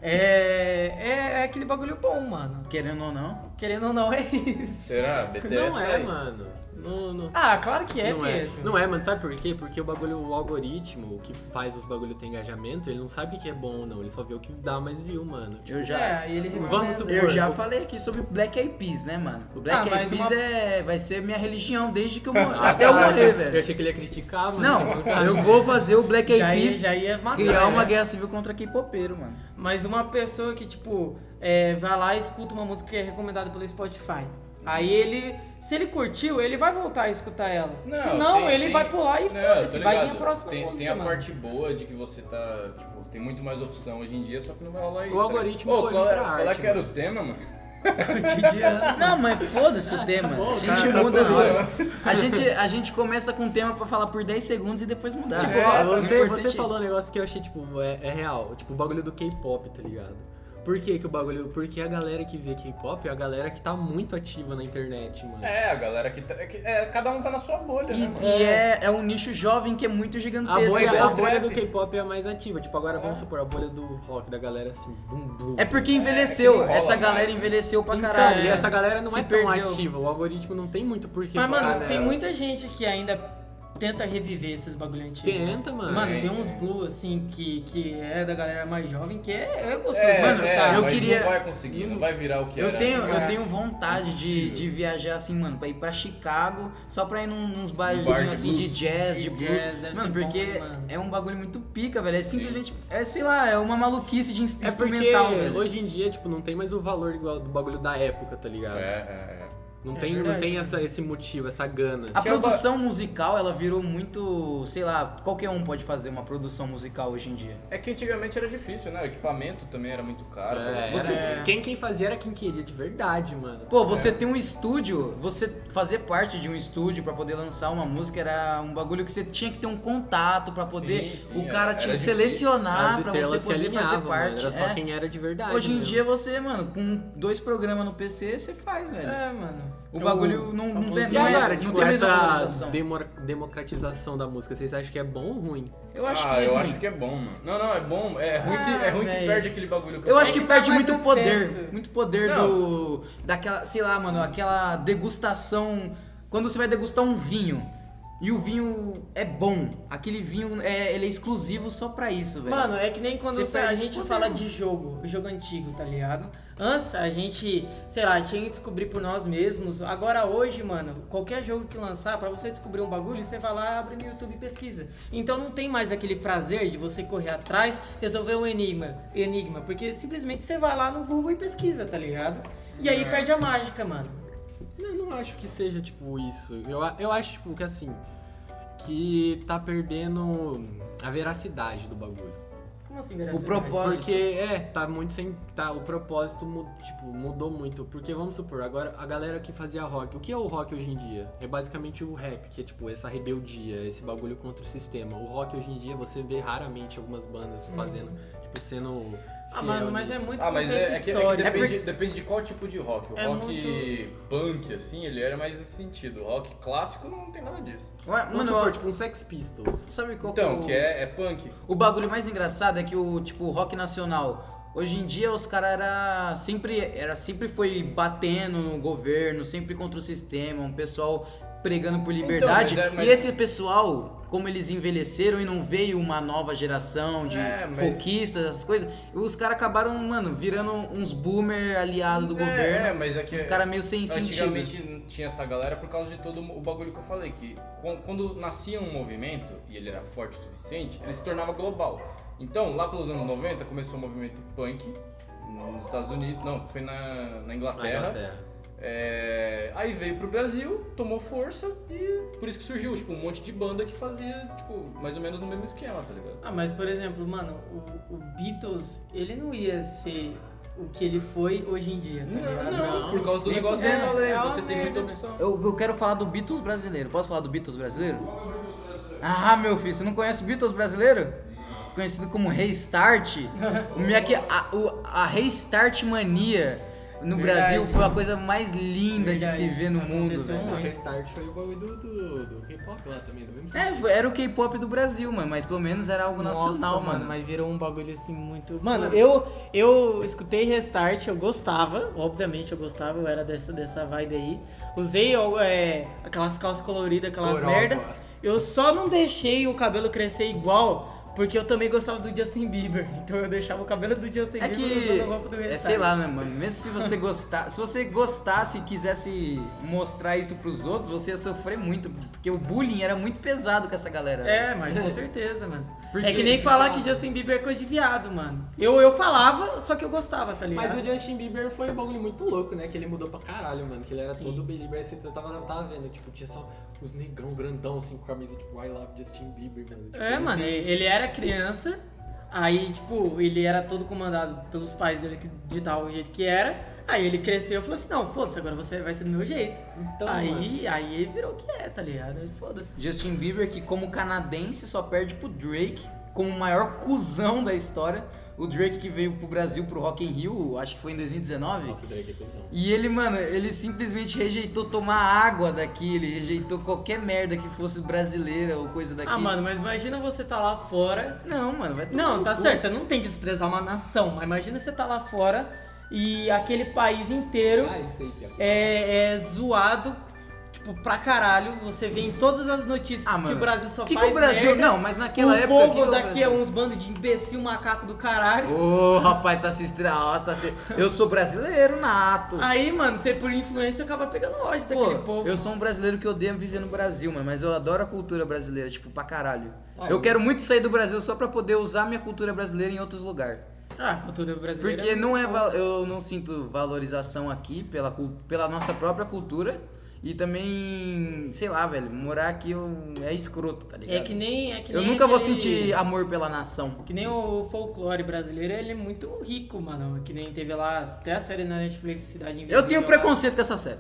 é, é, é aquele bagulho bom, mano. Querendo ou não. Querendo ou não, é isso. Será? BTS não tá é, aí. mano. Não, não. Ah, claro que é, não Pedro. é. Não é, mano. Sabe por quê? Porque o bagulho, o algoritmo o que faz os bagulho ter engajamento, ele não sabe o que é bom ou não. Ele só vê o que dá mais view, mano. Tipo, Eu já. É, aí ele recomenda. Vamos supor. Eu já falei aqui sobre Black Eyed Peas, né, mano? O Black Ah, Eyed mas uma- Peas é, vai ser minha religião desde que eu morrer. Ah, até eu tá, morrer, achei- Eu velho. achei que ele ia criticar, mano. Não, Cara, eu vou fazer o Black Já Eyed ia- Peas já ia matar, é criar uma né? guerra civil contra K-popeiro, mano. Mas uma pessoa que, tipo, é, vai lá e escuta uma música que é recomendada pelo Spotify. Aí ele, se ele curtiu, ele vai voltar a escutar ela. Se não, tem- ele tem- vai pular e Não, foda-se, tô vai vir a ligado. próxima tem, música, Tem a né, mano. parte boa de que você tá, tipo, tem muito mais opção hoje em dia, só que não vai rolar isso. algoritmo Ô, foi qual, pra era- qual é arte, que era o mano. tema, mano? Cotidiano. Não, mas foda-se o tema. a gente cara, tá muda na hora. A gente, a gente começa com um tema pra falar por 10 segundos e depois mudar. Tipo, É, ó, tá você, importante você isso. falou um negócio que eu achei, tipo, é, é real. Tipo, o bagulho do K-pop, tá ligado? Por que, que o bagulho. Porque a galera que vê K-pop é a galera que tá muito ativa na internet, mano. É, a galera que tá. é que- é, cada um tá na sua bolha, né? mano? E, e é, é um nicho jovem que é muito A gigantesco. bolha, a velho. bolha do Trap. K-pop é a mais ativa. Tipo, agora vamos supor a bolha do rock, da galera assim, boom, blue. É porque É, envelheceu. que não rola Essa mais, galera né? envelheceu pra Então, caralho. né? e essa galera não se é tão perdeu. ativa. O algoritmo não tem muito por que Mas, focar mano, tem nelas. muita gente que ainda tenta reviver esses bagulho antigo. né? Tenta, mano. Mano, É, tem uns é. blue, assim, que, que é da galera mais jovem, que é, eu gosto É, Mano, é, tá, eu mas queria- Não vai conseguir, não vai virar o que Eu era. tenho, antes. eu tenho vontade de, de viajar assim, mano, pra ir pra Chicago, só pra ir num- nos bairros Bar de assim de blues. jazz, de De blues. jazz, deve mano, ser porque bom, mano. é um bagulho muito pica, velho. É simplesmente. É, sei lá, é uma maluquice de inst- É porque instrumental, né? velho. hoje em dia, tipo, não tem mais o valor igual do bagulho da época, tá ligado? É, é, Não É tem, não verdade. tem essa, esse motivo, essa gana. A Que é o ba- produção musical, ela virou muito, sei lá, qualquer um pode fazer uma produção musical hoje em dia. é. É que antigamente era difícil, né? O equipamento também era muito caro. É, Você- você- quem, quem fazia era quem queria de verdade, mano. Pô, você tem um estúdio, você fazer parte de um estúdio pra poder lançar uma música era um bagulho que você tinha que ter um contato pra poder Sim, sim, o era- cara era te difícil. selecionar é. As Ah, pra você estrelas se poder fazer alinhavam, mano. parte. Era só é. quem era de verdade. Hoje em mesmo. dia você, mano, com dois programas no PC você faz, velho. É, mano. O bagulho não, não tem, E não é- agora, não tipo, tem mais essa valorização. demora- democratização da música, vocês acham que é bom ou ruim? Eu acho ah, que é eu ruim. acho que é bom, mano. Não, não, é bom. É ruim, que, é Ah, ruim que velho. perde aquele bagulho que Eu acho que É que dá perde mais muito acesso. poder. Muito poder Não. do. Daquela, sei lá, mano, aquela degustação. Quando você vai degustar um vinho. E o vinho é bom. Aquele vinho é, ele é exclusivo só pra isso, velho. Mano, é que nem quando Você você- perde a esse gente poder, fala mano. de jogo, jogo antigo, tá ligado? Antes a gente, sei lá, tinha que descobrir por nós mesmos. Agora hoje, mano, qualquer jogo que lançar, pra você descobrir um bagulho, você vai lá, abre no YouTube e pesquisa. Então não tem mais aquele prazer de você correr atrás, resolver um enigma, enigma, porque simplesmente você vai lá no Google e pesquisa, tá ligado? E aí perde a mágica, mano. Eu não acho que seja, tipo, isso. Eu, a- eu acho, tipo, que assim, que tá perdendo a veracidade do bagulho. Como assim, graças o a propósito. Porque, é, tá muito sem. Tá, o propósito mu- tipo, mudou muito. Porque, vamos supor, agora a galera que fazia rock. O que é o rock hoje em dia? É basicamente o rap, que é tipo essa rebeldia, esse bagulho contra o sistema. O rock hoje em dia você vê raramente algumas bandas fazendo, tipo, sendo. Ah, fiel mano, mas é nisso. muito Ah, mas é, é contexto que, é que histórico. depende, depende de qual tipo de rock. O É rock muito- punk, assim, ele era mais nesse sentido. O rock clássico não tem nada disso. Ué, Vamos mano, supor, ó, tipo, um Sex Pistols. sabe qual que é Então, o... que é, é punk. O bagulho mais engraçado é que o tipo o rock nacional hoje em dia os caras era sempre era sempre foi batendo no governo, sempre contra o sistema, um pessoal pregando por liberdade. mas é- mas- E esse pessoal, como eles envelheceram e não veio uma nova geração de É, mas- rockistas, essas coisas, os caras acabaram, mano, virando uns boomer aliado do É, governo. é, mas é que- os caras meio sem sentido. Antigamente tinha essa galera por causa de todo o bagulho que eu falei, que quan- quando nascia um movimento e ele era forte o suficiente, ele se tornava global. Então, lá pelos anos 90 começou o movimento punk nos Estados Unidos, não, foi na, na Inglaterra. É, aí veio pro Brasil, tomou força e por isso que surgiu, tipo, um monte de banda que fazia, tipo, mais ou menos no mesmo esquema, tá ligado? Ah, mas por exemplo, mano, o, o Beatles, ele não ia ser o que ele foi hoje em dia, tá ligado? não, por causa do nem negócio que eu fudendo. falei, É uma você tem muita merda. opção. Eu, eu quero falar do Beatles brasileiro. Posso falar do Beatles brasileiro? Ah, meu filho, você não conhece Beatles brasileiro? Conhecido [LAUGHS] como Restart. O minha que a, o- a Restart mania no Verdade. Brasil foi a coisa mais linda de Verdade. se ver no mundo, Aconteceu velho. O muito. Restart foi o bagulho do, do, do K-pop lá também, do mesmo É, foi- era o K-pop do Brasil, mano, mas pelo menos era algo nacional, mano. mas virou um bagulho assim muito. Mano, eu eu escutei Restart, eu gostava, obviamente eu gostava, eu era dessa, dessa vibe aí. Usei ó, é, aquelas calças coloridas, aquelas Coroa. merda. Eu só não deixei o cabelo crescer igual. Porque eu também gostava do Justin Bieber, [LAUGHS] então eu deixava o cabelo do Justin É Bieber que usando a roupa do Restart. é sei lá, né, mano? Mesmo se você gostar, se você gostasse e quisesse mostrar isso pros outros, você ia sofrer muito, porque o bullying era muito pesado com essa galera. né? velho. É, mas com certeza, mano. Por é quê? que nem falar que Justin Bieber é coisa de viado, mano. Eu, eu falava, só que eu gostava, tá ligado? Mas o Justin Bieber foi um bagulho muito louco, né? Que ele mudou pra caralho, mano. Que ele era todo Bieber. Aí você tava, tava vendo, tipo, tinha só os negão grandão, assim, com camisa, tipo, I love Justin Bieber, mano. Tipo, É, ele mano, se- ele ele era criança, aí, tipo, ele era todo comandado pelos pais dele que- de tal jeito que era. Aí ele cresceu e falou assim, não, foda-se, agora você vai ser do meu jeito. Então, aí, aí ele virou o que é, tá ligado? Aí Foda-se. Justin Bieber, que como canadense só perde pro Drake, como o maior cuzão da história. O Drake que veio pro Brasil pro Rock in Rio, acho que foi em 2019. Nossa, Drake é cuzão. E ele, mano, ele simplesmente rejeitou tomar água daqui, ele rejeitou qualquer merda que fosse brasileira ou coisa daqui. Ah, mano, mas imagina você tá lá fora. Não, mano, vai tomar Não, no tá cu. certo, você não tem que desprezar uma nação, mas imagina você tá lá fora e aquele país inteiro Ah, isso aí, Pia. é, é zoado, tipo, pra caralho. Você vê em todas as notícias Ah, que mano. o Brasil só que faz que o Brasil. merda. Não, mas naquela o época. povo que que o daqui é Brasil- uns bandos de imbecil macaco do caralho. Ô, rapaz, tá se estralando. Tá se... Eu sou [LAUGHS] brasileiro nato. Aí, mano, você por influência acaba pegando ódio daquele Pô, povo. né? eu sou um brasileiro que odeia viver no Brasil, mano, mas eu adoro a cultura brasileira, tipo, pra caralho. Ah, eu eu- quero muito sair do Brasil só pra poder usar minha cultura brasileira em outros lugares. Ah, a cultura brasileira. Porque não é, val- eu não sinto valorização aqui pela, cul- pela nossa própria cultura e também, sei lá, velho, morar aqui eu- é escroto, tá ligado? É que nem. É que eu nem nunca vou aquele- sentir amor pela nação. Que nem o folclore brasileiro, ele é muito rico, mano. Que nem teve lá até a série na Netflix Cidade Invisível. Eu tenho lá. preconceito com essa série.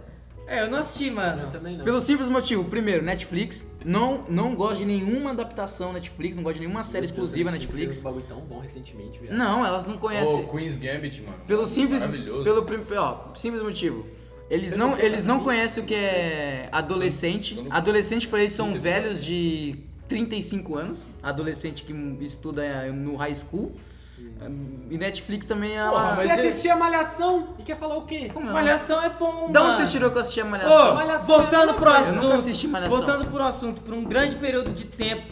É, eu não assisti, Eu mano. também não. Pelo simples motivo, primeiro, Netflix, não, não gosto de nenhuma adaptação Netflix, não gosto de nenhuma série exclusiva Netflix. Um bagulho tão bom recentemente, viado. Não, elas não conhecem. Oh, Queen's Gambit, mano. Pelo simples, Maravilhoso. pelo prim- ó, simples motivo. Eles não, eles não conhecem o que é adolescente. Adolescente pra eles são velhos de 35 anos, adolescente que estuda eh, no high school. E Netflix também é ela... Você assistia Malhação e quer falar o quê? Como é o nome? Malhação é bom, Da mano. onde você tirou que eu assistia Tá Malhação? Ô, Malhação é voltando bom, pro cara. Eu assunto. nunca assisti Malhação. Voltando pro assunto, por um grande período de tempo,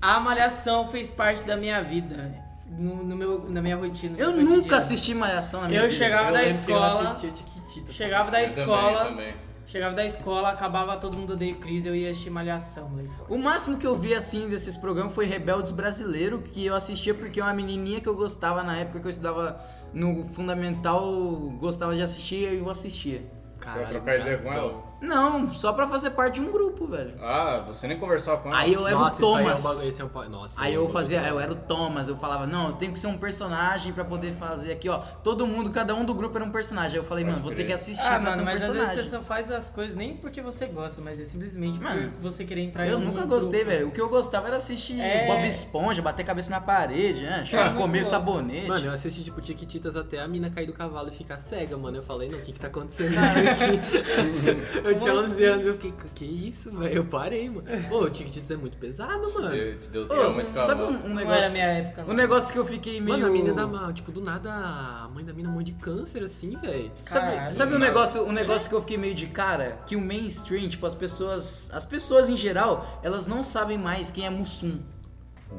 a Malhação fez parte da minha vida. No, no meu, na minha rotina. no Eu meu nunca cotidiano. assisti Malhação na minha Eu vida. chegava eu da lembro que eu escola. assistia Tiquitita. Chegava da Eu escola. Também, também. Chegava da escola, acabava todo mundo odeio crise, eu ia assistir malhação, né? moleque. O máximo que eu vi assim desses programas foi Rebeldes Brasileiro, que eu assistia porque uma menininha que eu gostava na época que eu estudava no fundamental gostava de assistir e eu assistia. Pra trocar ideia com ela. Não, só pra fazer parte de um grupo, velho. Ah, você nem conversava com ela. Aí eu era Nossa, o Thomas. Isso aí é um bagulho, esse é um pa- Nossa. Aí é um eu bagulho fazia, bom. eu era o Thomas, eu falava, não, eu tenho que ser um personagem pra poder fazer aqui, ó. Todo mundo, cada um do grupo era um personagem. Aí eu falei, Pode mano, vou ter crer. que assistir Ah, pra ser mano, um mas às personagem. vezes você só faz as coisas nem porque você gosta, mas é simplesmente Mano, por você querer entrar Eu em um nunca grupo. gostei, velho. O que eu gostava era assistir É. Bob Esponja, bater cabeça na parede, né? muito comer bom. sabonete. Mano, eu assisti, tipo, Tiquititas até a mina cair do cavalo e ficar cega, mano. Eu falei, não, o que que tá acontecendo isso [LAUGHS] aqui? eu tinha assim? 11 anos, eu fiquei, que isso, velho? Eu parei, mano. Pô, o Tiquititas é muito pesado, mano. Te, te deu Ô, trauma de sabe um, cavalo. um Não negócio? era minha época, não. Um negócio que eu fiquei meio. Mano, a mina da ma- tipo, do nada, a mãe da mina morre de câncer, assim, velho. Caralho. Sabe, sabe um negócio, um negócio que eu fiquei meio de cara? Que o mainstream, tipo, as pessoas. As pessoas em geral, elas não sabem mais quem é Mussum.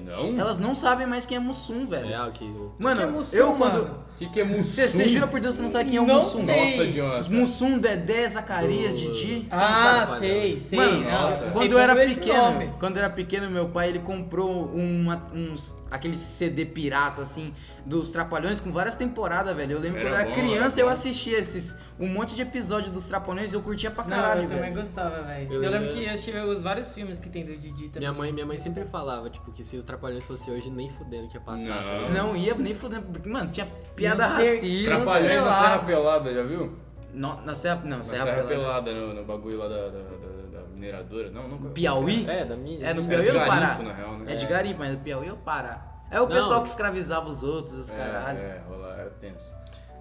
Não? Elas não sabem mais quem é Mussum, É velho. real que... o- Mano, Quem é Mussum, eu mano? quando. O que, que é Mussum? Você você jura por Deus que você não sabe quem é o Não Mussum? sei. Nossa, idiota. Os Mussum, Dedé, Zacarias, Do- Didi. sabe Ah, qual é, sei, né? sei. Mano, não, nossa. sei Quando eu pelo era esse pequeno, nome. quando eu era pequeno, meu pai ele comprou uma, uns aquele CD pirata assim dos Trapalhões com várias temporadas, velho. Eu lembro Era quando eu era bom, era criança bom. eu assistia esses um monte de episódio dos Trapalhões e eu curtia pra Não, caralho, eu também velho. gostava, velho. Eu, Eu lembro lembro- que eu tive os vários filmes que tem do Didi também. Minha mãe, minha mãe sempre falava, tipo, que se os Trapalhões fosse hoje, nem fudendo que ia passar. Não. tá ligado? Não ia nem fudendo, porque, mano, tinha piada Não sei. racista. Trapalhões na Sei lá. Serra Pelada, já viu? No- na Serra, não, Na Serra, Serra Pelada. Pelada, no, no bagulho lá da, da, da- da mineradora. Não, nunca. Piauí? É, da minha. É no minha- Piauí de ou no garimpo, Pará? na real, né? É de É. garimpo, mas no Piauí ou Pará? É o Não. pessoal que escravizava os outros, os É, caralho. É, rola, era tenso.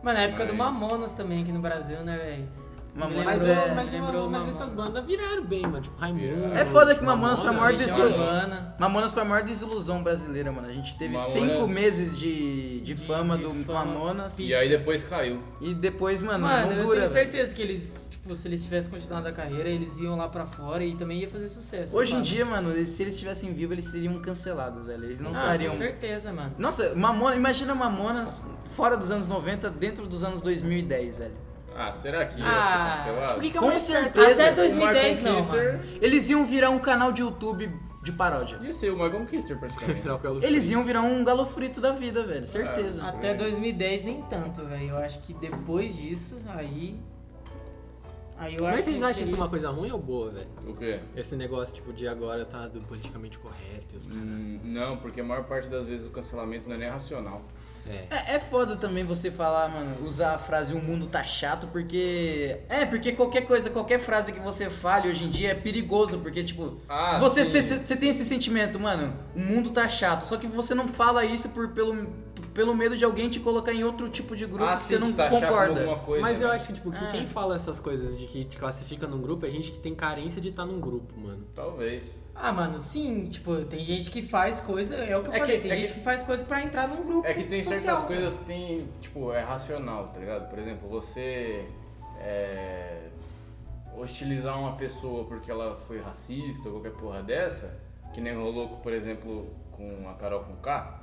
Mano, na época do Mãe. Mamonas também aqui no Brasil, né, velho? Mamonas, Mas, Lembrou- é, mas, me mas, lembrou mas essas Mamonas. bandas viraram bem, mano. Tipo, Raimundo. É foda que Mamonas foi a maior Legião desu- Urbana. Mamonas foi a maior desilusão brasileira, mano. A gente teve Mamonas. cinco meses de, de fama de do fama. Mamonas. E aí depois caiu. E depois, mano, Mano, não eu dura. tenho velho. certeza que eles, tipo, se eles tivessem continuado a carreira, eles iam lá pra fora e também ia fazer sucesso. Hoje em sabe? dia, mano, eles- se eles estivessem vivos, eles seriam cancelados, velho. Eles ah, não estariam. Com certeza, mano. Nossa, Mamonas, imagina Mamonas fora dos anos 90, dentro dos anos 2010, velho. Ah, será que ia Ah, ser cancelado? Por que que é Com uma certeza? certeza. Até 2010 O não, Michael mano. Eles iam virar um canal de YouTube de paródia. Ia ser o Michael Kister [LAUGHS] praticamente. Eles iam virar um galo frito da vida, velho. Certeza. Até Uhum. 2010 nem tanto, velho. Eu acho que depois disso, aí... Aí eu acho Mas vocês que acham seria- isso uma coisa ruim ou boa, velho? o quê? Esse negócio, tipo, de agora tá do politicamente correto e os caras. Hum, não, porque a maior parte das vezes o cancelamento não é nem racional. É. É, é foda também você falar, mano, usar a frase o mundo tá chato, porque. É, porque qualquer coisa, qualquer frase que você fale hoje em dia é perigoso, porque, tipo, Ah, se você sim. se- se- você tem esse sentimento, mano, o mundo tá chato. Só que você não fala isso por, pelo, pelo medo de alguém te colocar em outro tipo de grupo Ah, que sim, você não de taxar como concorda. alguma coisa, Mas eu né? acho que, tipo, que Ah. quem fala essas coisas de que te classifica num grupo é gente que tem carência de estar num grupo, mano. Talvez. Ah, mano, sim, tipo, tem gente que faz coisa, é o que eu É que- falei, tem é gente que- que... faz coisa pra entrar num grupo. É que tem social, né? certas cara. coisas que tem, tipo, é racional, tá ligado? Por exemplo, você é, hostilizar uma pessoa porque ela foi racista ou qualquer porra dessa, que nem rolou, por exemplo, com a Carol com K,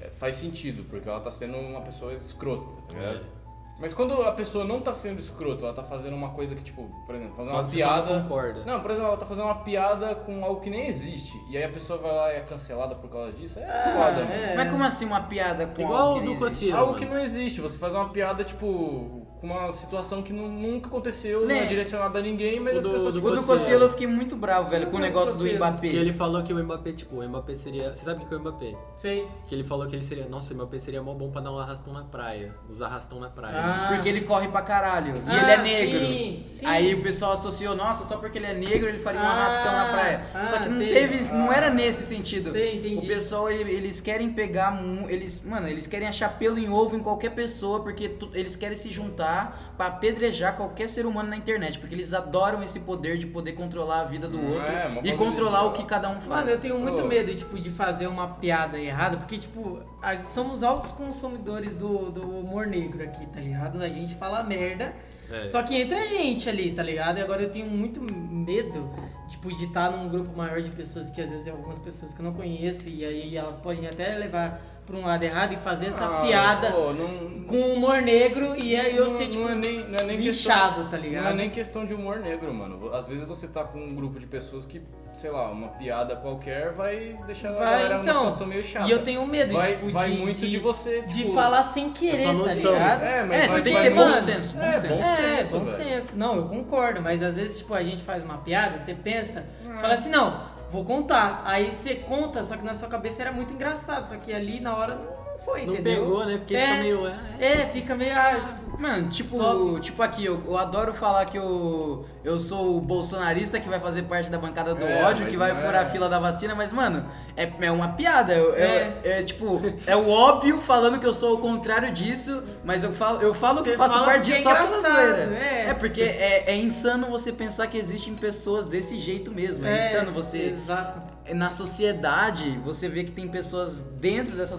é, faz sentido, porque ela tá sendo uma pessoa escrota, tá ligado? É. Mas quando a pessoa não tá sendo escrota, ela tá fazendo uma coisa que, tipo, por exemplo, fazendo Só uma que você não piada. concorda. Não, por exemplo, ela tá fazendo uma piada com algo que nem existe. E aí a pessoa vai lá e é cancelada por causa disso. É foda, mano. Mas como assim uma piada com Igual alguém? Tipo o do Cociro, Algo mano. que não existe, você faz uma piada, tipo, com uma situação que nu- nunca aconteceu, não é Né? direcionada a ninguém, mas O as do- pessoas, do tipo, assim, O do Cocielo eu fiquei muito bravo, velho, com o negócio do Mbappé. Que ele falou que o Mbappé, tipo, o Mbappé seria. Você sabe o que é o Mbappé? Sei. Que ele falou que ele seria. Nossa, o Mbappé seria mó bom pra dar um arrastão na praia. Usar arrastão na Ah. praia. Porque ele corre pra caralho. E Ah, ele é negro. sim, sim. Aí o pessoal associou, nossa, só porque ele é negro ele faria um Ah, arrastão na praia. ah, só que não sei. teve, não era nesse sentido. Sei, entendi. O pessoal, ele- eles querem pegar, mu- eles, mano, eles querem achar pelo em ovo em qualquer pessoa, porque tu- eles querem se juntar pra apedrejar qualquer ser humano na internet, porque eles adoram esse poder de poder controlar a vida do Hum, outro é, mó e bagulho controlar de- o que cada um faz. Mano, eu tenho muito Ô. medo, tipo, de fazer uma piada errada, porque, tipo, a- somos altos consumidores do, do humor negro aqui, tá ligado? A gente fala merda, É. só que entra a gente ali, tá ligado? E agora eu tenho muito medo, tipo, de estar num grupo maior de pessoas que às vezes é algumas pessoas que eu não conheço, e aí elas podem até levar pra um lado errado e fazer essa ah, piada pô, não, com humor negro, e aí eu não- ser, tipo, não é nem, não é nem lixado, tá questão, ligado? Não é nem questão de humor negro, mano. Às vezes você tá com um grupo de pessoas que, sei lá, uma piada qualquer vai deixar a galera Vai, numa então. situação meio chata. E eu tenho medo, vai, tipo, vai de, muito de, você, de tipo, falar sem querer, sua tá noção. ligado? É, mas É, vai- você tem que vai ter bom muito- senso, bom É, senso. bom É, senso, bom velho. senso. Não, eu concordo, mas às vezes, tipo, a gente faz uma piada, você pensa, fala assim, não, vou contar. Aí você conta, só que na sua cabeça era muito engraçado, só que ali na hora não foi, Não entendeu? pegou, né? Porque É. fica meio. ah, é. É, fica meio, ah, tipo, Mano, tipo, Top. tipo aqui, eu, eu adoro falar que eu, eu sou o bolsonarista que vai fazer parte da bancada do É, ódio, mas que vai não é. furar a fila da vacina, mas, mano, é, é uma piada. eu- eu- É. é. tipo, é o óbvio falando que eu sou o contrário disso, mas eu falo, eu falo que Você faço fala parte porque é disso só pela engraçado, zoeira. é. porque é, é insano você pensar que existem pessoas desse jeito mesmo. É, insano você. é, Exato. Na sociedade, você vê que tem pessoas dentro dessa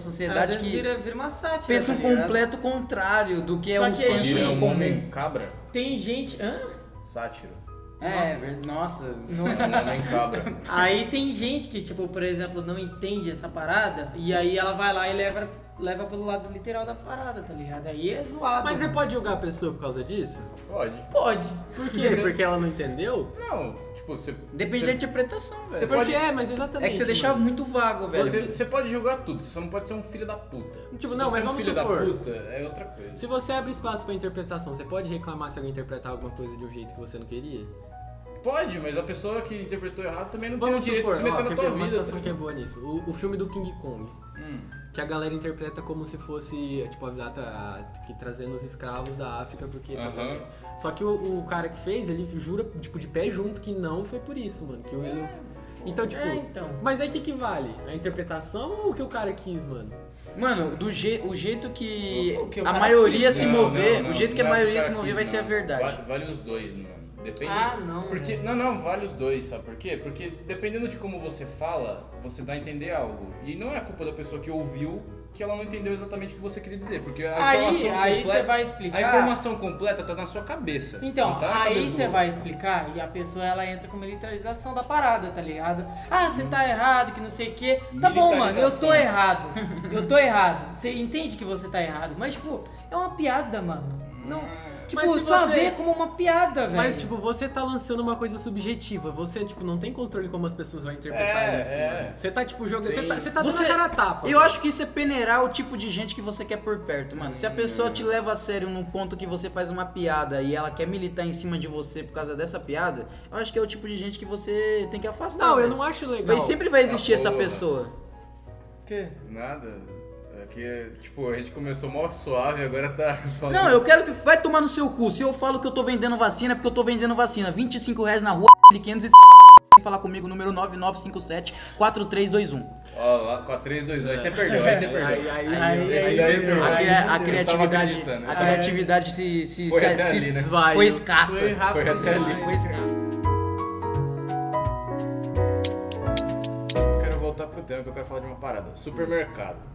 Às sociedade vezes que. vira, vira uma sátira. Pensam tá o ligado? completo contrário do que Só é o que é isso, senso Ele é Sim, um comum. homem cabra, Tem gente. Hã? sátiro. É, ver- nossa. É um homem cabra. Aí tem gente que, tipo, por exemplo, não entende essa parada, e aí ela vai lá e leva, leva pelo lado literal da parada, tá ligado? Aí é zoado. Mas você pode julgar a pessoa por causa disso? Pode. pode. Por quê? Porque ela não entendeu? Não, tipo, você. Depende você- da interpretação, velho. Você Porque pode- é, mas exatamente. É que você deixa mano. muito vago, velho. Você, você pode julgar tudo, você só não pode ser um filho da puta. Tipo, Se não, você mas é um vamos filho supor. da puta é outra coisa. Se você abre espaço pra interpretação, você pode reclamar se alguém interpretar alguma coisa de um jeito que você não queria? Pode, mas a pessoa que interpretou errado também não Vamos tem o supor, direito de se ó, meter quer na ver tua uma vida. tá situação que é boa nisso. O, o filme do King Kong, Hum. que a galera interpreta como se fosse, tipo, a, a, a, que trazendo os escravos da África, porque... tá Aham. trazendo. Só que o, o cara que fez, ele jura, tipo, de pé junto que não foi por isso, mano. Que o... Então, tipo... É, então. Mas aí o que que vale? A interpretação ou o que o cara quis, mano? Mano, do je... o jeito que O que o a cara maioria quis, se Hum. Não, mover, não, não, o jeito que a não é maioria cara se mover quis, vai ser a não. verdade. Va- Vale, os dois, mano. Depende. Ah, não, Porque, velho. não, não, vale os dois, sabe por quê? Porque dependendo de como você fala, você dá a entender algo. E não é a culpa da pessoa que ouviu que ela não entendeu exatamente o que você queria dizer. Porque a Aí, informação aí completa- você vai A explicar. informação completa tá na sua cabeça. Então, não tá na aí cabeça do você outro. vai explicar e a pessoa ela entra com militarização da parada, tá ligado? Ah, você tá errado, que não sei o quê. Tá bom, mano, eu tô Militarização. errado. Eu tô errado. Você entende que você tá errado, mas tipo, é uma piada, mano. Não, tipo, Mas se só você- vê como uma piada, É. velho. Mas, tipo, você tá lançando uma coisa subjetiva. Você, tipo, não tem controle como as pessoas vão interpretar É, isso, é. mano. Você tá, tipo, jogando... Você Tem. tá, você tá Você- dando a cara a tapa. Eu acho que isso é peneirar o tipo de gente que você quer por perto, mano. Se a pessoa é. te leva a sério num ponto que você faz uma piada e ela quer militar em cima de você por causa dessa piada, eu acho que é o tipo de gente que você tem que né? afastar. Não, eu velho. não acho legal. Vai- Sempre vai existir Ah, essa porra. pessoa. O quê? Nada. É que Porque, tipo, a gente começou mó suave, agora tá [LAUGHS] falando. Não, eu quero que vai tomar no seu cu. Se eu falo que eu tô vendendo vacina, é porque eu tô vendendo vacina. 25 reais na rua, 500 e... Vem falar comigo, número 9957-4321. Ó, lá, 4, 3, 2, 1. Aí você perdeu, aí você perdeu. Aí, aí, É. Aí, Esse aí, daí aí, perdeu. A, aí, cria- a Eu tava criatividade, acreditando. É. a criatividade se, se, Foi se- até se- ali, né? Vai, foi eu- escassa. Foi rápido. Foi até ali. Foi escassa. Eu quero voltar pro tema que eu quero falar de uma parada. Supermercado.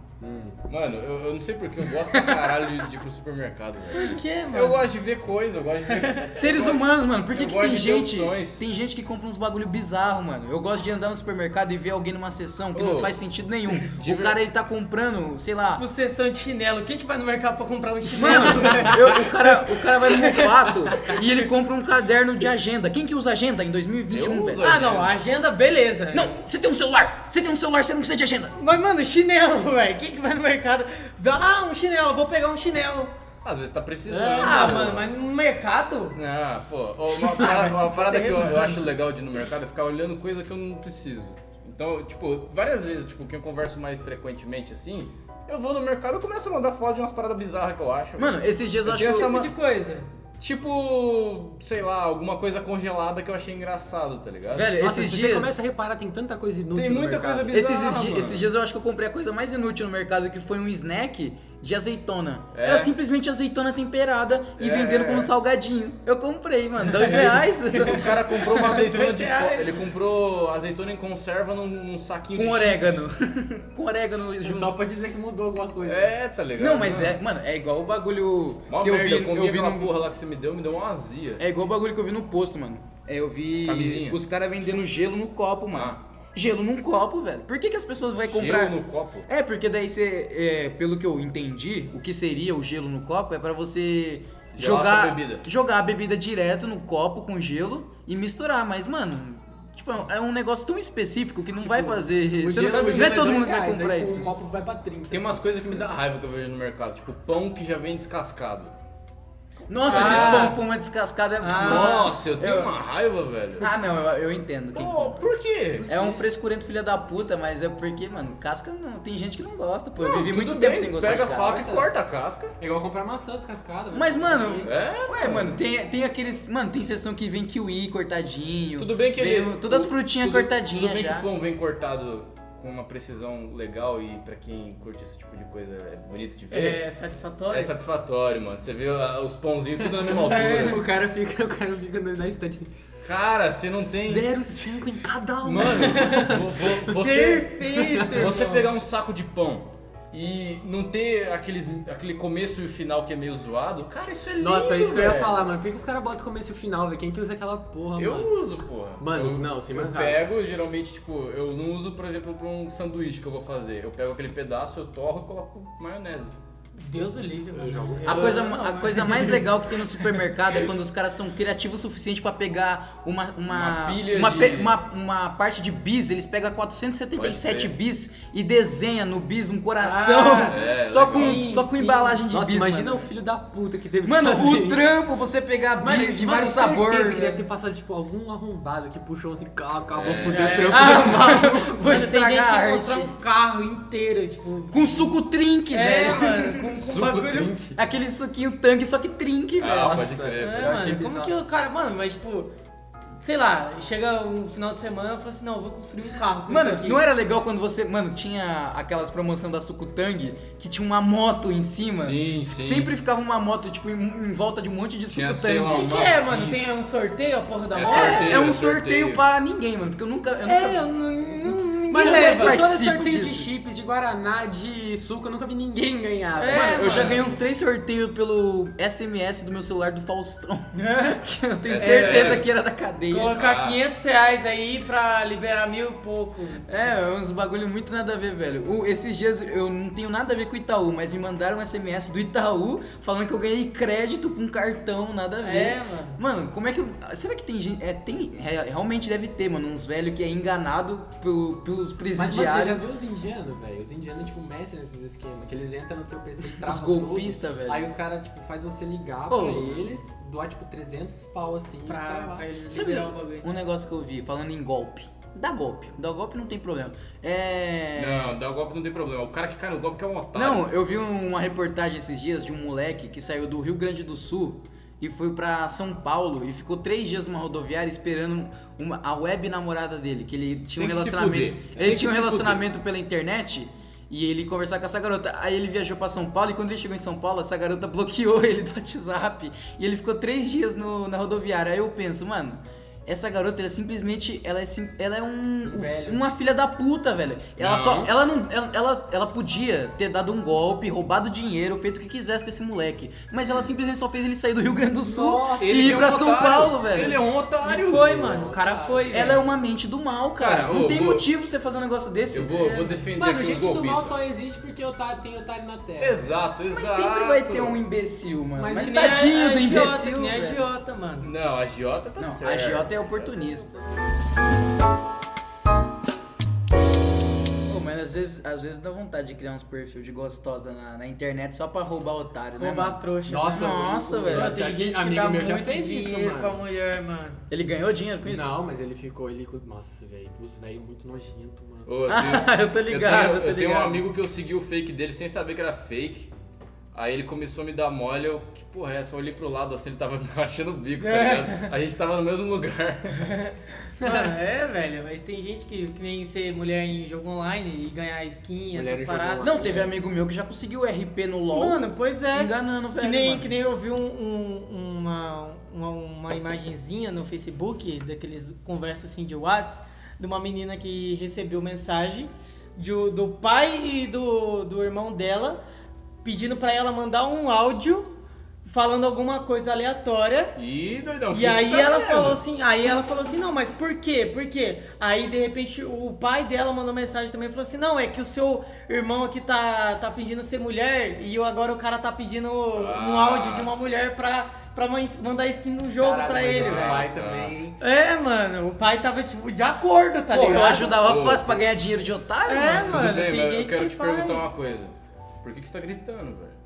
Mano, eu, eu não sei porque eu gosto pra caralho de, de ir pro supermercado, velho. Por que, Hum, mano? Eu gosto de ver coisa, eu gosto [LAUGHS] de ver. Seres eu gosto- humanos, mano, por que, eu que gosto tem de gente. ter opções. Tem gente que compra uns bagulho bizarro, mano. Eu gosto de andar no supermercado e ver alguém numa sessão que não Ô. faz sentido nenhum. [LAUGHS] De o ver- cara ele tá comprando, sei lá. Tipo, sessão de chinelo. Quem que vai no mercado pra comprar um chinelo? Mano, eu- o, cara, o cara vai no Mofato e ele compra um caderno de agenda. Quem que usa agenda em 2021, Eu uso né? velho? agenda. ah, não. Agenda, beleza. Não, você tem um celular! Você tem um celular, você não precisa de agenda! Mas, mano, chinelo, [LAUGHS] velho. Quem que vai no mercado? Ah, um chinelo. Vou pegar um chinelo. Às vezes tá precisando. Ah, mano, mas no mercado? Não, Ah, pô, [LAUGHS] ó, Ah, uma parada, uma se parada que eu, fuder, eu acho legal de ir no mercado é ficar olhando coisa que eu não preciso. Então, tipo, várias vezes, tipo, que eu converso mais frequentemente assim, eu vou no mercado e começo a mandar foto de umas paradas bizarras que eu acho. Mano, esses dias eu Eu acho que. tinha eu- essa Tipo de coisa. Tipo, sei lá, alguma coisa congelada que eu achei engraçado, tá ligado? Velho, Nossa, esses se dias. você começa a reparar, tem tanta coisa inútil Tem no muita mercado. coisa bizarra. Esses, esses di- mano. esses dias eu acho que eu comprei a coisa mais inútil no mercado, que foi um snack de azeitona. É. Era simplesmente azeitona temperada e É. vendendo como salgadinho. Eu comprei, mano, [LAUGHS] dois reais. [LAUGHS] O cara comprou uma [LAUGHS] azeitona Dois de. reais. Ele comprou azeitona em conserva num, num saquinho Com de orégano. [LAUGHS] Com orégano junto. É Só pra dizer que mudou alguma coisa. É, tá ligado? Não, mas é, mano, é igual o bagulho Mó que eu vi, merda, eu comi eu vi aquela no, porra lá que você me deu, me deu uma azia. É igual o bagulho que eu vi no posto, mano. É, eu vi Camisinha. os caras vendendo gelo no copo, mano. Ah. Gelo num copo, velho. Por que, que as pessoas vão Gelo comprar. no copo? É, porque daí você. é, pelo que eu entendi, o que seria o gelo no copo é pra você. Gelar jogar, sua bebida. jogar a bebida direto no copo com gelo e misturar, mas, mano. Tipo, é um negócio tão específico que não Tipo, vai fazer. O Você gelo- não, o não gelo é todo dois mundo que vai reais, comprar aí isso. O copo vai pra 30. Tem umas coisas que me dá raiva que eu vejo no mercado, tipo pão que já vem descascado. Nossa, Ah. esses pompom é descascado é. Ah. Nossa, eu tenho uma raiva, velho. Ah, não, eu, eu entendo. quem Pô, por quê? É um frescurento filha da puta, mas é porque, mano, casca não. Tem gente que não gosta, pô. Eu Não, vivi tudo muito bem, tempo sem gostar Pega de a casca. faca e corta a casca. É igual comprar maçã descascada. velho. Mas, mano. É? Ué, mano, tem, tem aqueles. Mano, tem sessão que vem kiwi cortadinho. Tudo bem que vem ele. o- Todas as frutinhas tudo- cortadinhas Tudo bem já. que o pão vem cortado com uma precisão legal e pra quem curte esse tipo de coisa é bonito de ver. É satisfatório? É satisfatório, mano. Você vê ah, os pãozinhos tudo na mesma O altura. cara fica, [LAUGHS] o cara fica no- na estante assim. Cara, você não tem. 0,5 em cada um. Mano, vo- vo- [LAUGHS] você. Perfeito! [LAUGHS] Você irmão. pegar um saco de pão e não ter aqueles, aquele começo e o final que é meio zoado, cara, isso é lindo, Nossa, é isso que eu ia velho. falar, mano. Por que, que os caras botam começo e final, velho? Quem que usa aquela porra, Eu mano? uso, porra. Mano, eu, não, sem Eu mancada. pego, geralmente, tipo, eu não uso, por exemplo, pra um sanduíche que eu vou fazer. Eu pego aquele pedaço, eu torro e coloco maionese. Deus o livre, mano. jogo A coisa, não, a mas- coisa mais legal que tem no supermercado é [LAUGHS] quando os caras são criativos o suficiente pra pegar uma uma Uma pilha uma, de- pe- uma- uma parte de bis, eles pegam 477 Pode ser. bis e desenha no bis um coração é, [LAUGHS] só legal. com só com Sim, sim. embalagem de Nossa, bis. imagina mano. o filho da puta que teve Mano, que fazer o isso. trampo, você pegar bis Mano, de assim, mano, vários certeza sabores. que deve ter passado, tipo, algum arrombado que puxou assim, calma, calma, vou foder É. o trampo. Ah, mano, vou Mano, tem gente estragar que a comprar arte. um carro inteiro, tipo. Com suco trink, É, velho. [LAUGHS] mano, com, com Um Suco bagulho. [LAUGHS] drink. Aquele suquinho tangue, só que trink, velho. Ah, Nossa. pode crer. É, velho. Eu achei mano, como bizarro. que o cara. Mano, mas tipo. Sei lá, chega um final de semana e fala assim: não, eu vou construir um carro. Com Mano, isso aqui. não era legal quando você. Mano, tinha aquelas promoção da Sucutang que tinha uma moto em É, cima. Sim, sim. Sempre ficava uma moto, tipo, em, em volta de um monte de Tinha, sei lá, Sucutang. O que, que é, mano? Tem um sorteio, a porra da É moto? sorteio. É um sorteio é sorteio. pra ninguém, mano. Porque eu nunca. Eu nunca... É, eu não. não- Ninguém Mas Mas leva, leva, todo participo sorteio de disso. chips, de guaraná, de suco, eu nunca vi ninguém ganhar. É, velho. Mano, eu já mano. ganhei uns três sorteios pelo SMS do meu celular do [LAUGHS] Faustão. Que eu tenho É. certeza que era da cadeia. Colocar Ah. 500 reais aí pra liberar mil e pouco. É, uns bagulho muito nada a ver, velho. O- esses dias eu não tenho nada a ver com o Itaú, mas me mandaram um SMS do Itaú falando que eu ganhei crédito com cartão, nada a ver. É, mano. Mano, como é que. eu- Será que tem gente. É, tem. é, realmente deve ter, mano, uns velhos que é enganado pelo- pelos Mas, mano, você já presidiários. viu os indianos, velho? Os indianos, tipo, mestres nesses esquemas. Que eles entram no teu PC e travam golpista, tudo. velho. Aí os caras, tipo, faz você ligar Ô. pra eles, doar, tipo, 300 pau, assim, e Pra, destravar. pra ele Sabe liberar o bagulho. um negócio que eu vi falando em golpe? Dá golpe. Dá golpe não tem problema. É. Não, dar o golpe não tem problema. O cara que cai no golpe que é um otário. Não, eu vi um- uma reportagem esses dias de um moleque que saiu do Rio Grande do Sul e foi pra São Paulo e ficou três dias numa rodoviária esperando uma- a web namorada dele, que ele tinha um Tem que se relacionamento. fuder. Tem Ele que tinha um se relacionamento pela internet. E ele conversava com essa garota. Aí ele viajou pra São Paulo e quando ele chegou em São Paulo, essa garota [LAUGHS] bloqueou ele do WhatsApp. E ele ficou três dias no- na rodoviária. Aí eu penso, mano, essa garota, ela simplesmente. Ela é, sim- ela é um, Velho. uma filha da puta, velho. Ela Não. só. Ela não. Ela, ela, ela podia ter dado um golpe, roubado dinheiro, feito o que quisesse com esse moleque. Mas ela simplesmente só fez ele sair do Rio Grande do Sul Nossa, e Ele ir é um pra São otário. Paulo, velho. Ele é um otário. E foi, mano. O cara foi. Ela um é uma mente do mal, cara. Cara, não ô, tem vou- motivo pra você fazer um negócio desse. Eu vou, um vou defender Mano, aqui os gente do mal golpistas. só existe porque otário, tem otário na Terra. Exato, exato. Mas sempre vai ter um imbecil, mano. Mas, Mas Que nem a- tadinho a do agiota, imbecil, Que nem velho. agiota, um mano. Não, a Giota tá Não, a certo. agiota é oportunista. Pô, mas às vezes, às vezes dá vontade de criar uns perfil de gostosa na, na internet só pra roubar otário, né? Roubar mano? trouxa. Nossa, né? Nossa, o- velho. já- Mano, Tem já- gente que amigo dá meu muito já fez isso, dinheiro pra mano. mulher, [LAUGHS] mano. Ele ganhou dinheiro com isso? Não, mas ele ficou, ele... Nossa, velho, os velhos muito nojento, mano. Ô, eu Ah, tenho- eu tô ligado, eu eu tenho, tô eu tenho um ligado. amigo que eu segui o fake dele sem saber que era fake. Aí ele começou a me dar mole, eu, que porra é essa? Eu olhei pro lado assim, ele tava [LAUGHS] achando o bico, tá ligado? A gente tava no mesmo lugar. [LAUGHS] Mano, é, velho, mas tem gente que, que nem ser mulher em jogo online e ganhar skin, Mulher em essas jogo paradas. online. Não, teve amigo meu que já conseguiu RP no LOL. Mano, pois é. enganando, velho. Que nem, mano. que nem eu vi um- um- uma, uma, uma imagenzinha no Facebook, daqueles conversas assim de Whats, de uma menina que recebeu mensagem de o- do pai e do, do irmão dela pedindo pra ela mandar um áudio falando alguma coisa aleatória Ih, doidão. o E que aí que tá ela vendo? falou assim, aí ela falou assim, não, mas por quê? Por quê? Aí de repente o pai dela mandou mensagem também e falou assim, não, é que o seu irmão aqui tá, tá fingindo ser mulher e eu- agora o cara tá pedindo um Ah. áudio de uma mulher pra, pra man- mandar skin no jogo Caralho, pra mas ele. esse velho. pai Ah, também, [LAUGHS] hein? É, mano, o pai tava tipo de acordo, tá Pô, eu ligado? ajudava Pô, fácil pra ganhar dinheiro de otário, É, mano. Tudo mano, bem, tem mas gente eu quero que te faz. perguntar uma coisa. Por que, que você tá gritando, velho?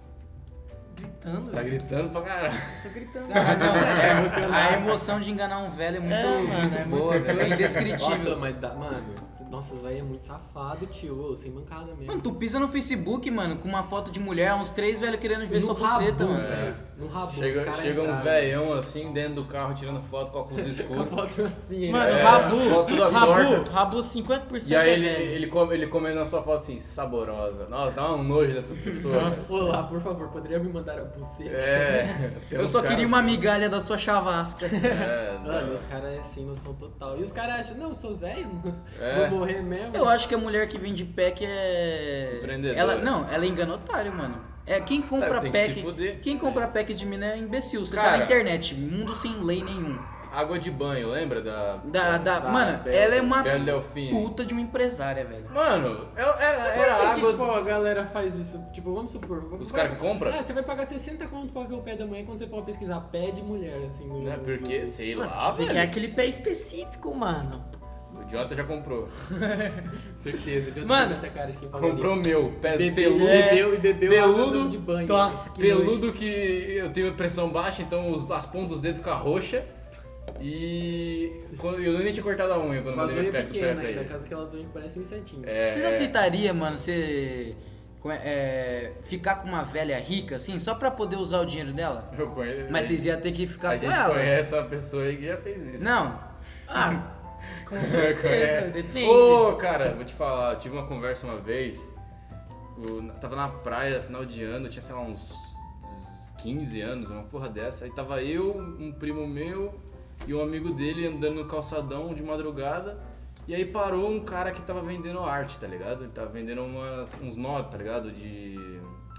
Gritando, Você tá gritando pra caralho. tô gritando. Ah, não, velho, a emoção de enganar um velho é muito, É, mano, muito é boa, velho. [LAUGHS] É Nossa, indescritível. mas, dá- mano, nossa, os velhos é muito safado, tio, ô, sem mancada mesmo. Mano, tu pisa no Facebook, mano, com uma foto de mulher, uns três velhos querendo ver No sua rabão, buceta, mano. velho. No rabo, os Chega, caras chega um entraram. velhão assim dentro do carro tirando foto com óculos Com a escuros. foto assim, hein? Mano, É, Rabu, foto da Rabu, sorte. Rabu 50% E aí é ele, velho. ele, come, ele comendo na sua foto assim, saborosa. Nossa, dá um nojo dessas pessoas. Olá, por favor, poderia me mandar a buceta? É, tem Eu uns só queria caras- uma migalha da sua [LAUGHS] chavasca. É, Mano, não. os caras é sem noção total. E os caras acham, não, eu sou velho, É. vou morrer mesmo. Eu acho que a mulher que vende pack é. Empreendedora. Ela, não, ela engana otário, mano. É, quem compra tem que se pack. fuder. quem compra pack de mina é imbecil. Você tá Cara. na internet, mundo sem lei nenhum. água de banho, lembra da. Da, da, Da mano, Bela- ela é uma Bela Delfine. puta de uma empresária, velho. Mano, ela- era, Por era que que, água. tipo, a galera faz isso? Tipo, vamos supor... Os vai- caras que compram? Ah, você vai pagar 60 conto pra ver o pé da mulher quando você pode pesquisar pé de mulher, assim. No, Né? no- Porque, no- sei Mano, lá, você velho. quer aquele pé específico, mano. O idiota já comprou. Certeza. eu tenho Mano, muita cara de quem pagaria. Comprou meu. Pé Bebeu, né? peludo. bebeu e bebeu Peludo, água de banho. Nossa, que nojo. Peludo que eu tenho pressão baixa, então os, as pontas dos dedos ficam roxa. E. quando- Eu nem tinha cortado a unha quando Uma mandei zoinha meu pé pé pra pequena, né? ele. Daquelas aquelas unhas que parecem um insetinho. É, Vocês aceitariam, mano, você. como é- é, ficar com uma velha rica, assim, só pra poder usar o dinheiro dela? eu conheço. Mas vocês iam ter que ficar É. A com gente ela. conhece uma pessoa aí que já fez isso. Não, Ah, com certeza, Conhece? depende. Ô, cara, vou te falar, eu tive uma conversa uma vez. eu tava na praia, final de ano, eu tinha, sei lá, uns 15 anos, uma porra dessa. Aí tava eu, um primo meu e um amigo dele andando no calçadão de madrugada. E aí parou um cara que tava vendendo arte, tá ligado? Ele tava vendendo umas- uns nó, tá ligado? De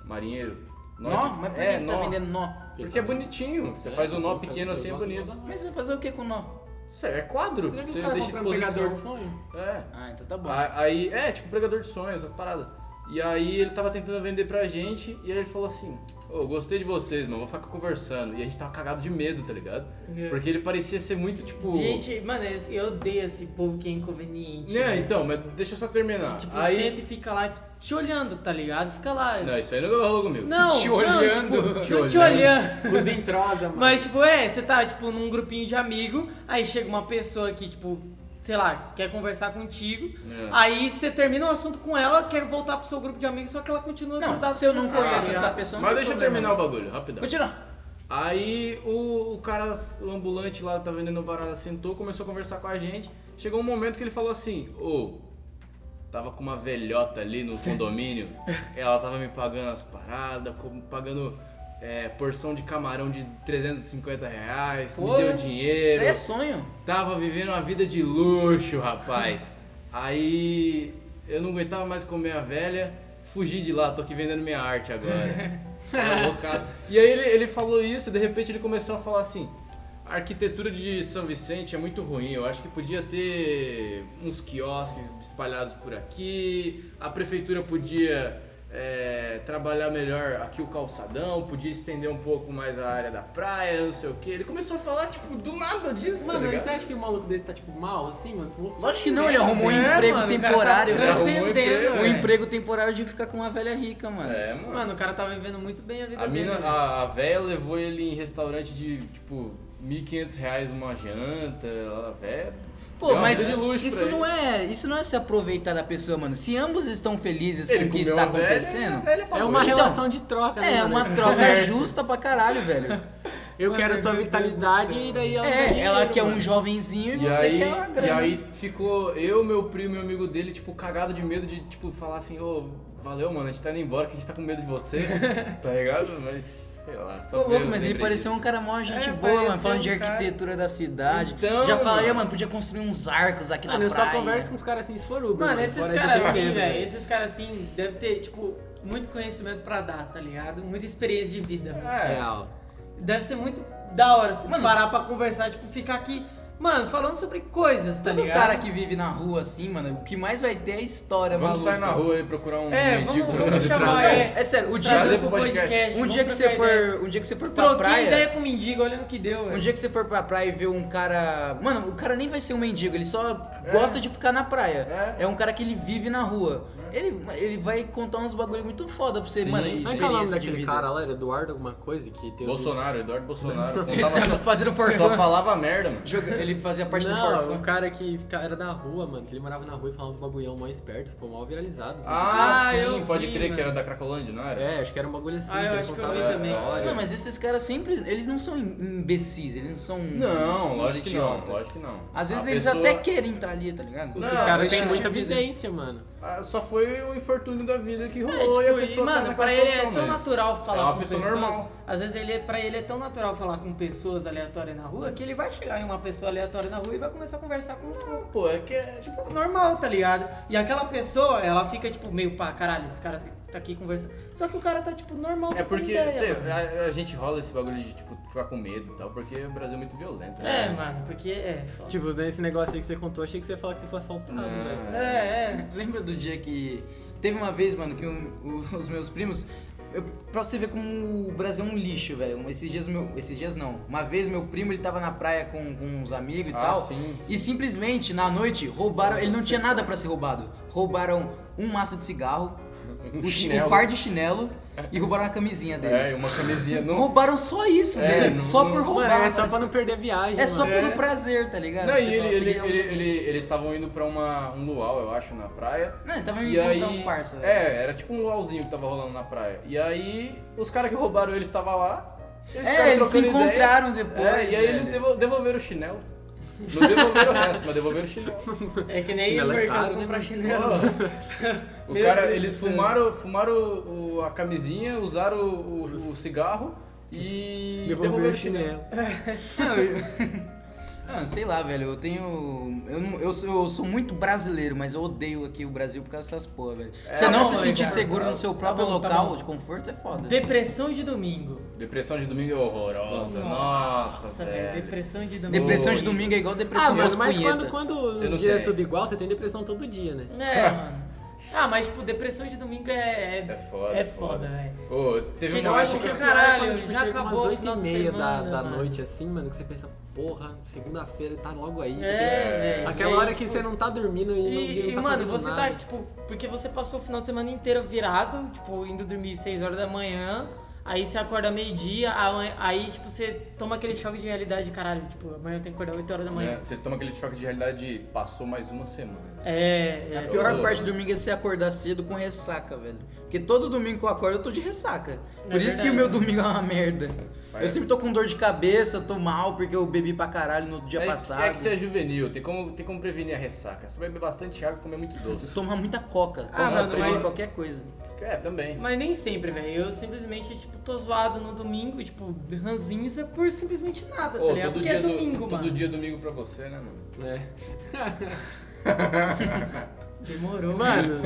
marinheiro. Nó? Nó? de- Mas por que é, que nó. tá vendendo nó? Porque é bonitinho. Né, Você faz o nó pequeno assim, é bonito. Mas você vai fazer o que com nó? Isso é quadro. Será que os Você caras deixa compram um pegador de exposição. sonho? É. Ah, então tá bom. A- Aí, é, tipo, pregador de sonhos, essas paradas. E aí ele tava tentando vender pra gente e aí ele falou assim: Ô, gostei de vocês, mano, vou ficar conversando. E a gente tava cagado de medo, tá ligado? É. Porque ele parecia ser muito tipo. Gente, mano, esse- eu odeio esse povo que é inconveniente. Né, então, mas deixa eu só terminar. Tipo, aí. senta e fica lá te olhando, tá ligado? Fica lá. Não, isso aí não é rolou comigo. não, te não, olhando. tipo, Te não te olhando. olhando. Os entrosa, mano. Mas, tipo, é, você tá, tipo, num grupinho de amigo, aí chega uma pessoa que, tipo, sei lá, quer conversar contigo. É. Aí você termina o assunto com ela, quer voltar pro seu grupo de amigos, só que ela continua Não, grudada se eu com não você, conheço tá essa ligado? pessoa, não Mas tem deixa eu problema. né? terminar o bagulho, rapidão. Continua. Aí o, o cara, o ambulante lá, tá vendendo baralho, sentou, começou a conversar com a gente. Chegou um momento que ele falou assim, ô, tava com uma velhota ali no condomínio, ela tava me pagando as paradas, co- pagando é, porção de camarão de 350 reais, Pô, me deu dinheiro. Isso aí é sonho. Tava vivendo uma vida de luxo, rapaz. Aí eu não aguentava mais comer a velha, fugi de lá, tô aqui vendendo minha arte agora. Era loucaço. E aí ele, ele falou isso e de repente ele começou a falar assim: a arquitetura de São Vicente é muito ruim, eu acho que podia ter uns quiosques espalhados por aqui, a prefeitura podia. é, trabalhar melhor aqui o calçadão, podia estender um pouco mais a área da praia, não sei o que. Ele começou a falar, tipo, do nada disso. tá Mano, é ligado? você acha que o maluco desse tá, tipo, mal, assim, mano? Esse maluco... Lógico que não, ele arrumou né, um É, mano, o emprego cara tá temporário. Ele arrumou um transcendendo, emprego, Um velho. emprego temporário de ficar com uma velha rica, mano. É, mano. Mano, o cara tá vivendo muito bem a vida a dele. mina, velho. a, a véia levou ele em restaurante de, tipo, 1.500 reais uma janta. A véia. Pô, deu uma mas vida de luxo isso pra não ele. é, isso não é se aproveitar da pessoa, mano. Se ambos estão felizes Ele com o que comeu está a velha, acontecendo, a velha pagou. É uma Então, relação de troca, né? é mano? uma [LAUGHS] troca Conversa. justa pra caralho, velho. Eu quero sua vitalidade e daí ela quer É, ela dinheiro, quer um mano. jovenzinho e, E você aí, quer uma e grana. aí ficou eu, meu primo e meu amigo dele, tipo, cagado de medo de, tipo, falar assim, ô, valeu, mano, a gente tá indo embora que a gente tá com medo de você, [LAUGHS] tá ligado? Mas, sei lá, só Ô, veio- louco, mas ele lembrei pareceu disso. um cara mó gente É, boa, parecia mano, falando de um cara- arquitetura da cidade. Então, Já falaria, mano. mano, podia construir uns arcos aqui Mano, na eu praia. só converso com os caras assim, se for Uber, Mano, esses fora esse caras assim, terceiro, né? velho, esses caras assim, deve ter, tipo, muito conhecimento pra dar, tá ligado? Muita experiência de vida, mano. É, Real. Deve ser muito da hora, assim, Mano, parar pra conversar, tipo, ficar aqui, mano, falando sobre coisas, tá Todo ligado? cara que vive na rua assim, mano, o que mais vai ter é história, vamos maluco. sair na rua e procurar um É, vamos, mendigo pra vamos trazer chamar pra- é, É sério, o Trazer dia, pro podcast. um dia que você for, um dia que você for pra Troquei praia, ideia com o mendigo, olha no que deu, velho. um dia que você for pra praia e ver um cara, mano, o cara nem vai ser um mendigo, ele só É. gosta de ficar na praia. É. um cara que ele vive na rua. Ele, ele vai contar uns bagulho muito foda pra você, mano, Como é que é o nome experiência de daquele vida. [LAUGHS] cara lá? Era Eduardo alguma coisa que tem... os- Bolsonaro, Eduardo Bolsonaro. Ele tá Contava, fazendo só forfã. falava merda, mano. Joga- Ele fazia parte do Não, forfã. o cara que fica- era da rua, mano, que ele morava na rua e falava uns bagulhão mó esperto, ficou mal viralizado. os Ah, Ah, sim, eu pode vi, crer que mano. era da Cracolândia, não era? vídeos. É, acho que era um bagulho assim, Ah, eu que ele acho que eu contava vi a também. história. Não, mas esses caras sempre. Eles não são imbecis, eles não são. Não, uns lógico que não, idiota. lógico que não. Às vezes A eles pessoa- até querem estar ali, tá ligado? Não, Esses mas caras têm tinha muita vida. vivência, mano. Ah, Só foi o infortúnio da vida que um É, tipo, rolou e a pessoa e, tá mano, naquela pra ele é situação, tão mas natural falar é uma com pessoa pessoas. normal. Às vezes ele, pra ele é tão natural falar com pessoas aleatórias na rua que ele vai chegar em uma pessoa aleatória na rua e vai começar a conversar com Ah, Pô, é que é, tipo, tipo, normal, tá ligado? E aquela pessoa, ela fica, tipo, meio pá, caralho, esse cara tá aqui conversando. Só que o cara tá, tipo, normal. é trocando porque ideia, sei, mano. a, a gente rola esse bagulho de tipo ficar com medo e tal, porque o Brasil é muito violento. É, né? mano, porque é foda. Tipo, nesse negócio aí que você contou, achei que você ia falar que você foi assaltado, Não. né? É, é. Lembra do dia que. Teve uma vez, mano, que um- o- [LAUGHS] os meus primos. Eu, pra você ver como o Brasil é um lixo, velho. Esses dias, meu, esses dias não. Uma vez meu primo ele tava na praia com, com uns amigos e Ah, tal. sim. E simplesmente na noite roubaram. Ele não tinha nada pra ser roubado. Roubaram um maço de [LAUGHS] cigarro, Um o, chi- chinelo. o par de chinelo e roubaram a camisinha dele. É, e uma camisinha não. Roubaram só isso É, dele, não- só não- por Mano, roubar. é só pra parece. não perder a viagem, É só mano. pelo prazer, tá é ligado? Não, Você e ele, fala, ele, queria um- ele- ele- eles estavam indo pra uma, um luau, eu acho, na praia. Não, eles estavam indo E aí, encontrar os parça. né? velho. é, era tipo um luauzinho que tava rolando na praia. E aí, os caras que roubaram ele estavam lá. Eles É, ficaram eles se trocando ideia. encontraram depois. É, e aí velho. eles devol- devolveram o chinelo. Não devolveram o resto, mas devolveram o chinelo. [LAUGHS] É que nem o Chinelo é mercado caro, né, comprar mano? chinelo. O Meu cara, Deus eles do céu. fumaram, fumaram o- o- a camisinha, usaram o, o- o cigarro e Devolver o chinelo. Não, eu- Não, sei lá, velho. Eu tenho. Eu, não- eu, sou, eu sou muito brasileiro, mas eu odeio aqui o Brasil por causa dessas porra, velho. Você tá não bom, se né, sentir cara? seguro no seu próprio bom, tá local bom. de conforto é foda. Depressão de domingo. Depressão de domingo é horrorosa. Nossa, Nossa, é. velho, velho. depressão de domingo. Depressão de Nossa. domingo é igual Ah, depressão das mano, mas punheta. quando, quando Eu não os dias é tenho. tudo igual, você tem depressão todo dia, né? É, mano. Ah, mas, tipo, depressão de domingo é. É foda, É é foda. foda, velho. Ô, teve Gente, uma eu acho época- que pior é caralho, quando, tipo, já chega umas acabou o final de 8h30 da, semana, da mano. noite, assim, mano, que você pensa, porra, segunda-feira tá logo aí. você pensa, É, velho. Aquela E aí, hora que tipo, você não tá dormindo e, não- E, não tá e, mano, fazendo você nada. tá, tipo, porque você passou o final de semana inteiro virado, tipo, indo dormir 6 horas da manhã. Aí você acorda meio-dia, a- aí, tipo, você toma aquele choque de realidade, caralho. Tipo, amanhã eu tenho que acordar 8 horas da né? manhã. Você toma aquele choque de realidade de passou mais uma semana. É, é. A pior parte do domingo é você acordar cedo com ressaca, velho. Porque todo domingo que eu acordo eu tô de ressaca. Por isso verdade. que o meu domingo é uma merda. Vai. Eu sempre tô com dor de cabeça, tô mal porque eu bebi pra caralho no dia é, passado. é que você é juvenil, tem como, tem como prevenir a ressaca. Você beber bastante água e comer muito doce. Tomar muita coca, Ah, ah, mano, coca, mas- qualquer coisa. É, também. Mas nem sempre, velho. Eu simplesmente, tipo, tô zoado no domingo, tipo, ranzinza por simplesmente nada, Ô, tá ligado? Porque é do- domingo, todo mano. dia é domingo pra você, né, mano? tipo [LAUGHS] É. Demorou, [LAUGHS] Mano,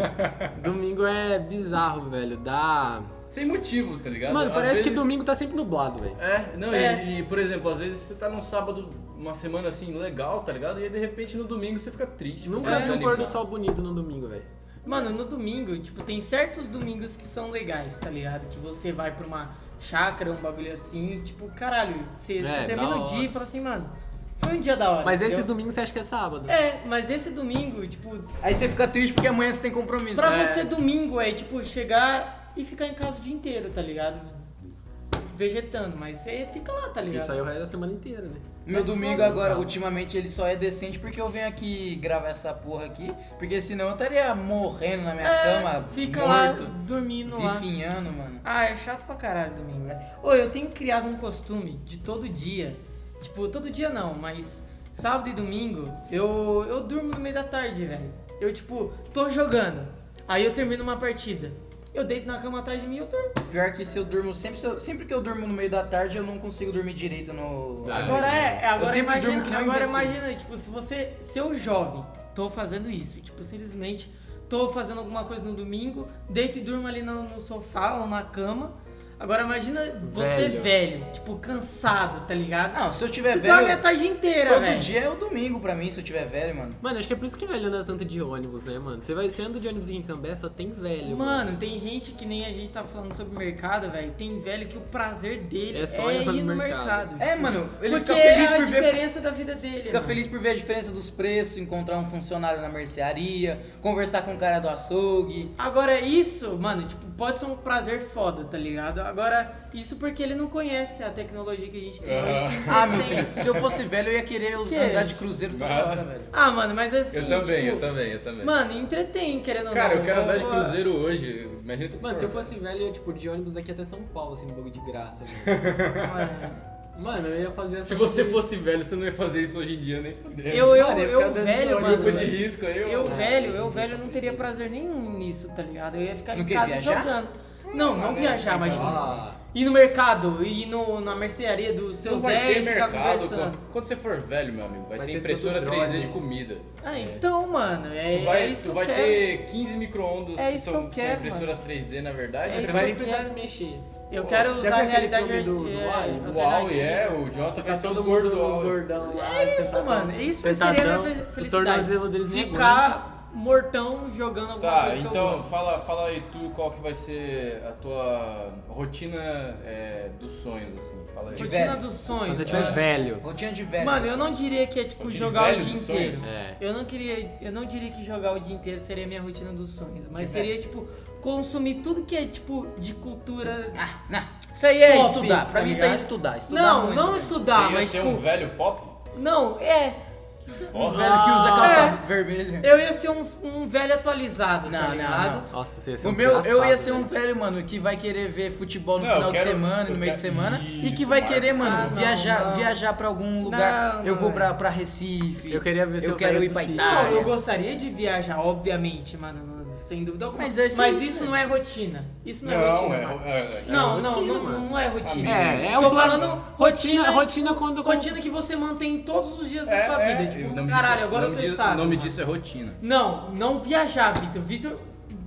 domingo é bizarro, velho. Dá. Sem motivo, tá ligado? Mano, Às parece que vezes- domingo tá sempre nublado, velho. É, não, É. E, e, por exemplo, às vezes você tá num sábado, uma semana assim, legal, tá ligado? E aí, de repente no domingo você fica triste. Tipo, Nunca fica vi um desanimado. pôr do sol bonito no domingo, velho. é, tá Mano, no domingo, tipo, tem certos domingos que são legais, tá ligado? Que você vai pra uma chácara, um bagulho assim, e, tipo, caralho, você, você É, da termina o hora. dia e fala assim, mano, foi um dia da hora. Mas esses entendeu? domingos você acha que é sábado? É, mas esse domingo, tipo, Aí você fica triste porque amanhã você tem compromisso. pra É. você domingo é, tipo, chegar e ficar em casa o dia inteiro, tá ligado? Vegetando, mas você fica lá, tá ligado? Isso aí é o resto da semana inteira, né? Meu Mas domingo foda, agora, cara. ultimamente, ele só é decente porque eu venho aqui gravar essa porra aqui. Porque senão eu estaria morrendo na minha É, cama, fica morto, lá, dormindo lá. definhando, mano. Ah, é chato pra caralho domingo, velho. Ô, eu tenho criado um costume de todo dia. Tipo, todo dia não, mas sábado e domingo eu, eu durmo no meio da tarde, velho. Eu, tipo, tô jogando. Aí eu termino uma partida. Eu deito na cama atrás de mim e eu durmo. Pior que se eu durmo, sempre, se eu- sempre que eu durmo no meio da tarde, eu não consigo dormir direito no. Ah, Agora é, é, agora sempre imagina, durmo que nem um agora imbecil. imagina, tipo, se você, se eu jovem, tô fazendo isso, tipo, simplesmente tô fazendo alguma coisa no domingo, deito e durmo ali no, no sofá ou na cama. Agora imagina você velho, Velho. tipo, cansado, tá ligado? Não, se eu tiver Você dorme a velho. tarde inteira, Todo velho. dia é o domingo pra mim, se eu tiver velho, mano. Mano, acho que é por isso que velho anda tanto de ônibus, né, mano? Você vai você anda de ônibus aqui em Cambé, só tem velho. Mano, tem gente que nem a gente tá falando sobre mercado, velho. Tem velho que o prazer dele é, É só ir pra ir no no mercado. mercado. tipo. É, mano, ele Porque fica feliz é a por ver diferença da vida dele. Fica mano. feliz por ver a diferença dos preços, encontrar um funcionário na mercearia, conversar com o cara do açougue. Agora, isso, mano, tipo, pode ser um prazer foda, tá ligado? Agora, isso porque ele não conhece a tecnologia que a gente tem Ah. hoje. Que Ah, não meu tem. filho, se eu fosse velho, eu ia querer Que? andar de cruzeiro toda Nada. hora, velho. Ah, mano, mas assim. Eu também, tipo, eu também, eu também. Mano, entretém, querendo ou Cara, não. eu quero andar de Pô, cruzeiro hoje. Imagina que Mano, se eu fosse velho, eu ia, tipo, de ônibus daqui até São Paulo, assim, no bagulho de graça. Mano, [LAUGHS] é. mano eu ia fazer essa. Se você fosse velho, você não ia fazer isso hoje em dia, nem fudendo. Eu, eu, Mano, ia eu, ficar dando velho, uma mano. Grupo de risco, eu. Eu velho, É, hoje em eu dia velho tá não teria proibido. prazer nenhum nisso, tá ligado? Eu ia ficar No em quê? casa Viajar? jogando. Não, né? não viajar, mas tipo, Ah, ir no mercado, ir no, na mercearia do seu não vai Zé ter e ficar mercado. conversando. Quando, quando você for velho, meu amigo, vai, Vai ter ser impressora tudo 3D drone. de comida. Ah, então, mano, é, tu vai, é isso tu que vai eu quero. ter 15 micro-ondas É que isso que são, eu quero, são impressoras 3D, na verdade. É você e você isso vai que nem vai. eu precisar quero. se mexer. Eu quero já usar viu a aquele realidade filme do- do é, Alien? O Wall, alternativa. é, o Jota vai Ficar ser os todo mundo gordos do os Wall. gordão lá. tá É isso, sentadão. mano. Isso seria a Sentadão. minha fe- O felicidade. tornozelo deles nem aguenta. Ficar mortão jogando alguma Tá, coisa que eu então gosto. fala, fala aí tu qual que vai ser a tua rotina é, dos sonhos, assim. Fala aí. De Rotina velho. dos sonhos. Quando você cara. tiver velho. Rotina de velho. Mano, eu não diria que é tipo Rotina de jogar o velho dia dos sonhos. inteiro. É. Eu não queria, eu não diria que jogar o dia inteiro seria a minha rotina dos sonhos, mas De seria tipo consumir tudo que é tipo de cultura. Ah, não. Isso aí é Pop, estudar. Pra tá mim, isso aí é ligado? estudar. estudar não, muito, não né? velho. estudar, Você ia mas ser tipo, um velho pop? não, é, Um Nossa. velho que usa calça É. vermelha. eu ia ser um, um velho atualizado, Não, tá não, ligado? não. Nossa, você ia ser O um meu, eu ia desgraçado, ser um velho. velho, mano, que vai querer ver futebol no Não, eu final de quero- semana, no eu meio de quero- semana, e que Isso, vai Marco. querer, mano, Ah, não, viajar, não. viajar pra algum lugar. Não, eu vou não. pra, pra Recife. Eu queria ver Eu seu quero velho ir do pra sítio. Itália. Não, Ah, eu é. gostaria de viajar, obviamente, mano, sem dúvida alguma. Mas esse é Mas isso, isso né? não é rotina. Isso não, é Não, rotina. é, mano. é, é, é. não, não, rotina, não, mano. não é rotina. É, é Tô um plano- falando rotina- rotina, rotina quando Rotina que você mantém todos os dias da É, sua é, vida. o Tipo, nome caralho, disso- agora o eu nome tô disso- estável. O nome mano. disso é rotina. Não, não viajar, Vitor. Vitor,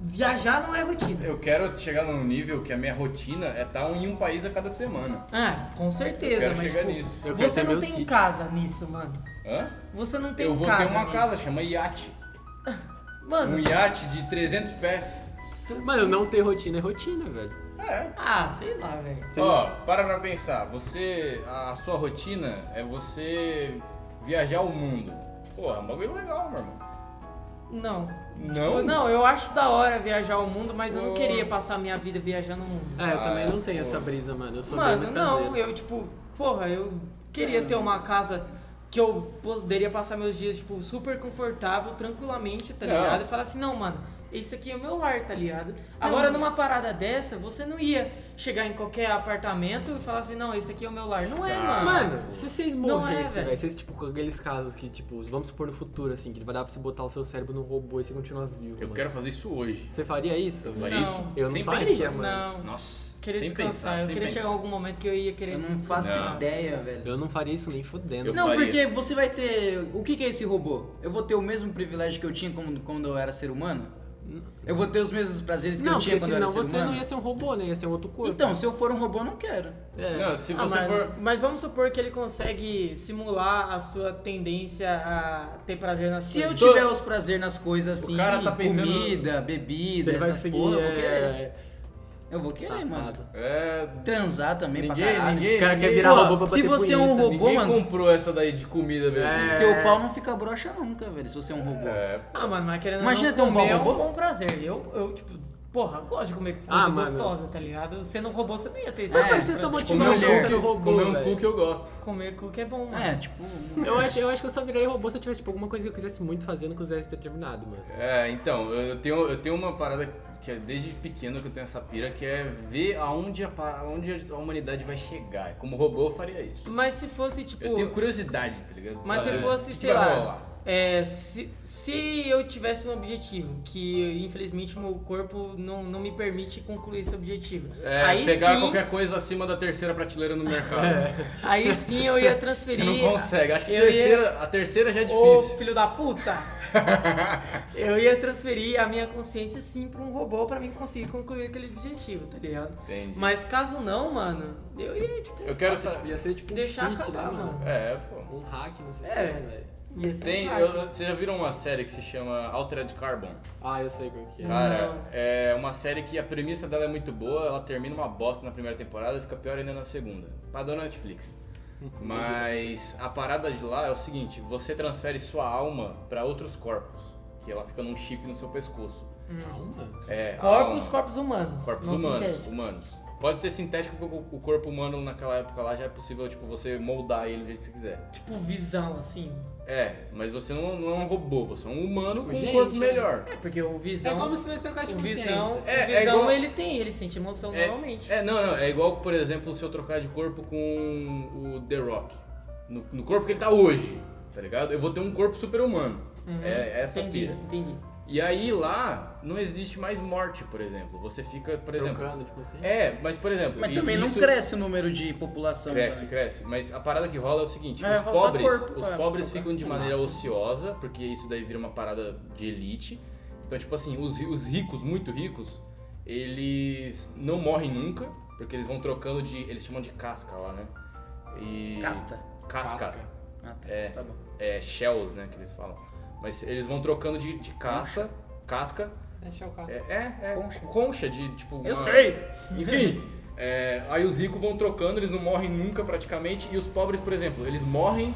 viajar não é rotina. Eu quero chegar num nível que a minha rotina é estar em um país a cada semana. Ah, com certeza, quero mas chegar tipo, nisso. Eu quero você ter não meu tem sítio. casa nisso, mano. Hã? Você não tem Eu vou casa ter uma nisso. casa, chama iate. Um Mano, iate de 300 pés. Mano, não ter rotina é rotina, velho. É. ah, sei lá, velho. Ó, para pra pensar. Você, a sua rotina é você viajar o mundo. Porra, é um bagulho legal, meu irmão. Não. Não? Tipo, não, eu acho da hora viajar o mundo, mas Oh. eu não queria passar a minha vida viajando o mundo. É, eu também Ah, não tenho pô. essa brisa, mano. Eu sou Mano, bem mais não, caseiro. eu tipo, porra, eu queria ter uma casa que eu poderia passar meus dias, tipo, super confortável, tranquilamente, tá Não. ligado? E falar assim, não, mano, isso aqui é o meu lar, tá ligado? Agora, numa parada dessa, você não ia chegar em qualquer apartamento e falar assim, não, esse aqui é o meu lar. Não é, mano. Mano, se vocês Não é, morressem, velho. velho, vocês, tipo, com aqueles casos que, tipo, vamos supor no futuro, assim, que vai dar pra você botar o seu cérebro num robô e você continua vivo. Eu mano. quero fazer isso hoje. Você faria isso? Faria velho? isso? Eu não Sem faria, pensar. mano. Não. Nossa. Queria sem descansar, pensar, eu sem queria pensar. chegar a algum momento que eu ia querer Eu não descansar. faço Não. ideia, velho. Eu não faria isso nem fudendo. Eu Não, faria. porque você vai ter. O que, que é esse robô? Eu vou ter o mesmo privilégio que eu tinha quando, quando eu era ser humano? Eu vou ter os mesmos prazeres que Não, eu tinha porque quando eu era senão ser você humano? não ia ser um robô, né? Ia ser um outro corpo. Então, se eu for um robô, eu não quero. É. Não, se Ah, você mas, for. mas vamos supor que ele consegue simular a sua tendência a ter prazer nas Se eu coisas. tiver os prazeres nas coisas assim, cara tá pensando- comida, Você bebida, vai essas conseguir. porra, eu vou querer. é, Eu vou querer, mano. safado. É. Transar também pra Ninguém, caralho. ninguém. O cara quer ninguém- virar Pô, robô pra né? se bater você é um punheta. robô, Ninguém mano, comprou essa daí de comida, velho. É. teu pau não fica broxa nunca, velho, se você é um robô. É. Ah, mano, mas querendo ou Imagina não ter um comer é um robô. bom prazer. Eu, eu tipo, porra, gosto de comer coisa Ah, mano. gostosa, tá ligado? Sendo um robô, você não ia É, ter isso. Mas vai ser sua Comer um motivação é mulher. sendo cu que- robô, comer um velho. cu que eu gosto. Comer cookie é bom, mano. É, tipo, Eu acho, eu acho que eu só virei robô se eu tivesse, tipo, alguma coisa que eu quisesse muito fazer e não quisesse ter terminado, mano. É, então, eu eu tenho, eu tenho uma parada que é desde pequeno que eu tenho essa pira, que é ver aonde a, pa- aonde a humanidade vai chegar. Como robô, eu faria isso. Mas se fosse, tipo. Eu tenho curiosidade, tá ligado? Mas se Sabe? O fosse, que sei vai lá. rolar? é, se, se eu tivesse um objetivo, que infelizmente meu corpo não, não me permite concluir esse objetivo. É, aí pegar sim, qualquer coisa acima da terceira prateleira no mercado. aí sim eu [LAUGHS] ia Você transferir. não consegue. Acho que a eu ia- terceira, a terceira já é Ô, difícil. filho da puta! eu ia transferir a minha consciência sim pra um robô pra mim conseguir concluir aquele objetivo, tá ligado? Entendi. Mas caso não, mano, eu ia, tipo, Eu quero Nossa, saber. tipo, ia ser tipo um Deixar cheat, acabar, né, mano? É, pô. Um hack no sistema, É. velho. ia ser Tem, um hack. eu, vocês já viram uma série que se chama Altered Carbon? Ah, eu sei qual que é. Cara, Não. é uma série que a premissa dela é muito boa, ela termina uma bosta na primeira temporada e fica pior ainda na segunda. [LAUGHS] Padrão Netflix. Mas a parada de lá é o seguinte, você transfere sua alma pra outros corpos, que ela fica num chip no seu pescoço. Calma. É, a Corpos, alma. corpos humanos. Corpos não humanos, sintéticos. humanos. Pode ser sintético, porque o- o corpo humano naquela época lá já é possível, tipo, você moldar ele do jeito que você quiser. Tipo visão, assim. É, mas você não, não é um robô, você é um humano com gente, um corpo é. melhor. Tipo, É, porque o visão. É como se nós trocasse o de consciência. visão, É, o é visão igual- ele tem, ele sente emoção É, normalmente. É, não, não. É igual, por exemplo, se eu trocar de corpo com o The Rock. No, no corpo que ele tá hoje, tá ligado? Eu vou ter um corpo super humano. É essa Uhum. entendi, pira. entendi. E aí lá não existe mais morte, por exemplo. Você fica, por exemplo. Trocando de consciência. É, mas por exemplo. um mas e- também isso não cresce o número de população. Cresce, também. cresce. Mas a parada que rola é o seguinte: Mas os vai faltar pobres, né? corpo é, os pra pobres trocar. ficam de maneira Nossa. ociosa, porque isso daí vira uma parada de elite. Então, tipo assim, os, ri- os ricos, muito ricos, eles não morrem nunca, porque eles vão trocando de. Eles chamam de casca lá, né? E- Casta. Casca. Casca. Ah, tá, É. tá bom. É, shells, né? Que eles falam. Mas eles vão trocando de, de caça, casca. Deixar o É, casco. é, é Concha. concha de tipo. Eu uma- sei! enfim, é, aí os ricos vão trocando, eles não morrem nunca praticamente. E os pobres, por exemplo, eles morrem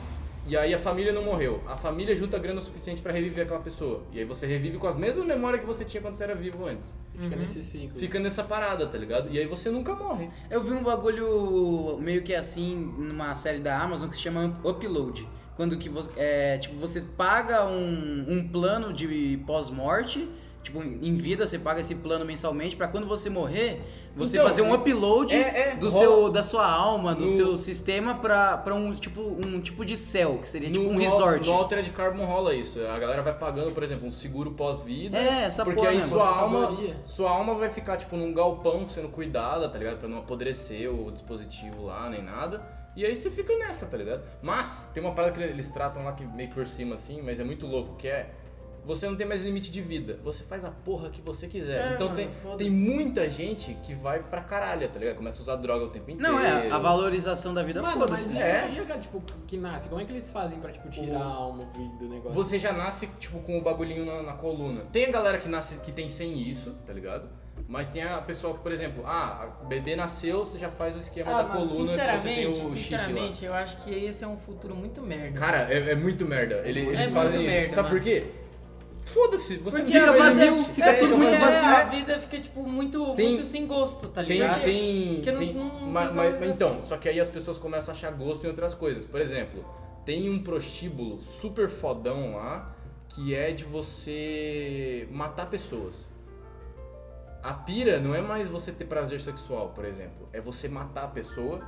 e aí a família não morreu. A família junta grana o suficiente pra reviver aquela pessoa. E aí você revive com as mesmas memórias que você tinha quando você era vivo antes. E Fica nesse ciclo. Fica nessa parada, tá ligado? E aí você nunca morre. Eu vi um bagulho meio que assim numa série da Amazon que se chama Upload. Quando que você, é, tipo, você paga um, um plano de pós-morte, tipo, em vida você paga esse plano mensalmente pra quando você morrer, você Então, fazer um upload é, é, do rola- seu da sua alma, do No- seu sistema pra, pra um tipo um tipo de céu, que seria tipo No- um no- resort. No Altered Carbon rola isso. A galera vai pagando, por exemplo, um seguro pós-vida. É, essa Porque porra aí mesmo. sua alma, Aposentadoria. sua alma vai ficar, tipo, num galpão sendo cuidada, tá ligado? Pra não apodrecer o dispositivo lá, nem nada. E aí você fica nessa, tá ligado? Mas tem uma parada que eles tratam lá que meio por cima, assim, mas é muito louco, que é... Você não tem mais limite de vida. Você faz a porra que você quiser. É, então mano, tem, foda-se. tem muita gente que vai pra caralho, tá ligado? Começa a usar droga o tempo inteiro. Não é a valorização da vida Mano, mas foda-se. e, É. e a galera, tipo, que nasce? Como é que eles fazem pra, tipo, tirar a alma do do negócio? Você já nasce, tipo, com o bagulhinho na, na coluna. Tem a galera que nasce que tem sem isso, tá ligado? Mas tem a pessoa que, por exemplo, ah, o bebê nasceu, você já faz o esquema Ah, da mano, coluna que você tem sinceramente, o chip sinceramente, eu acho que esse é um futuro muito merda. lá. Cara, é, é muito merda. Ele- É eles muito fazem isso. merda, Sabe mano. por quê? Foda-se, você Porque fica a vida- vazio, é, fica tudo muito é, vazio. A vida fica, tipo, muito, Tem- muito sem gosto, tá Tem, ligado? tem, Porque não- tem- não- não mas, tem mas- valorização. então, só que aí as pessoas começam a achar gosto em outras coisas. Por exemplo, tem um prostíbulo super fodão lá que é de você matar pessoas. A pira não é mais você ter prazer sexual, por exemplo, é você matar a pessoa.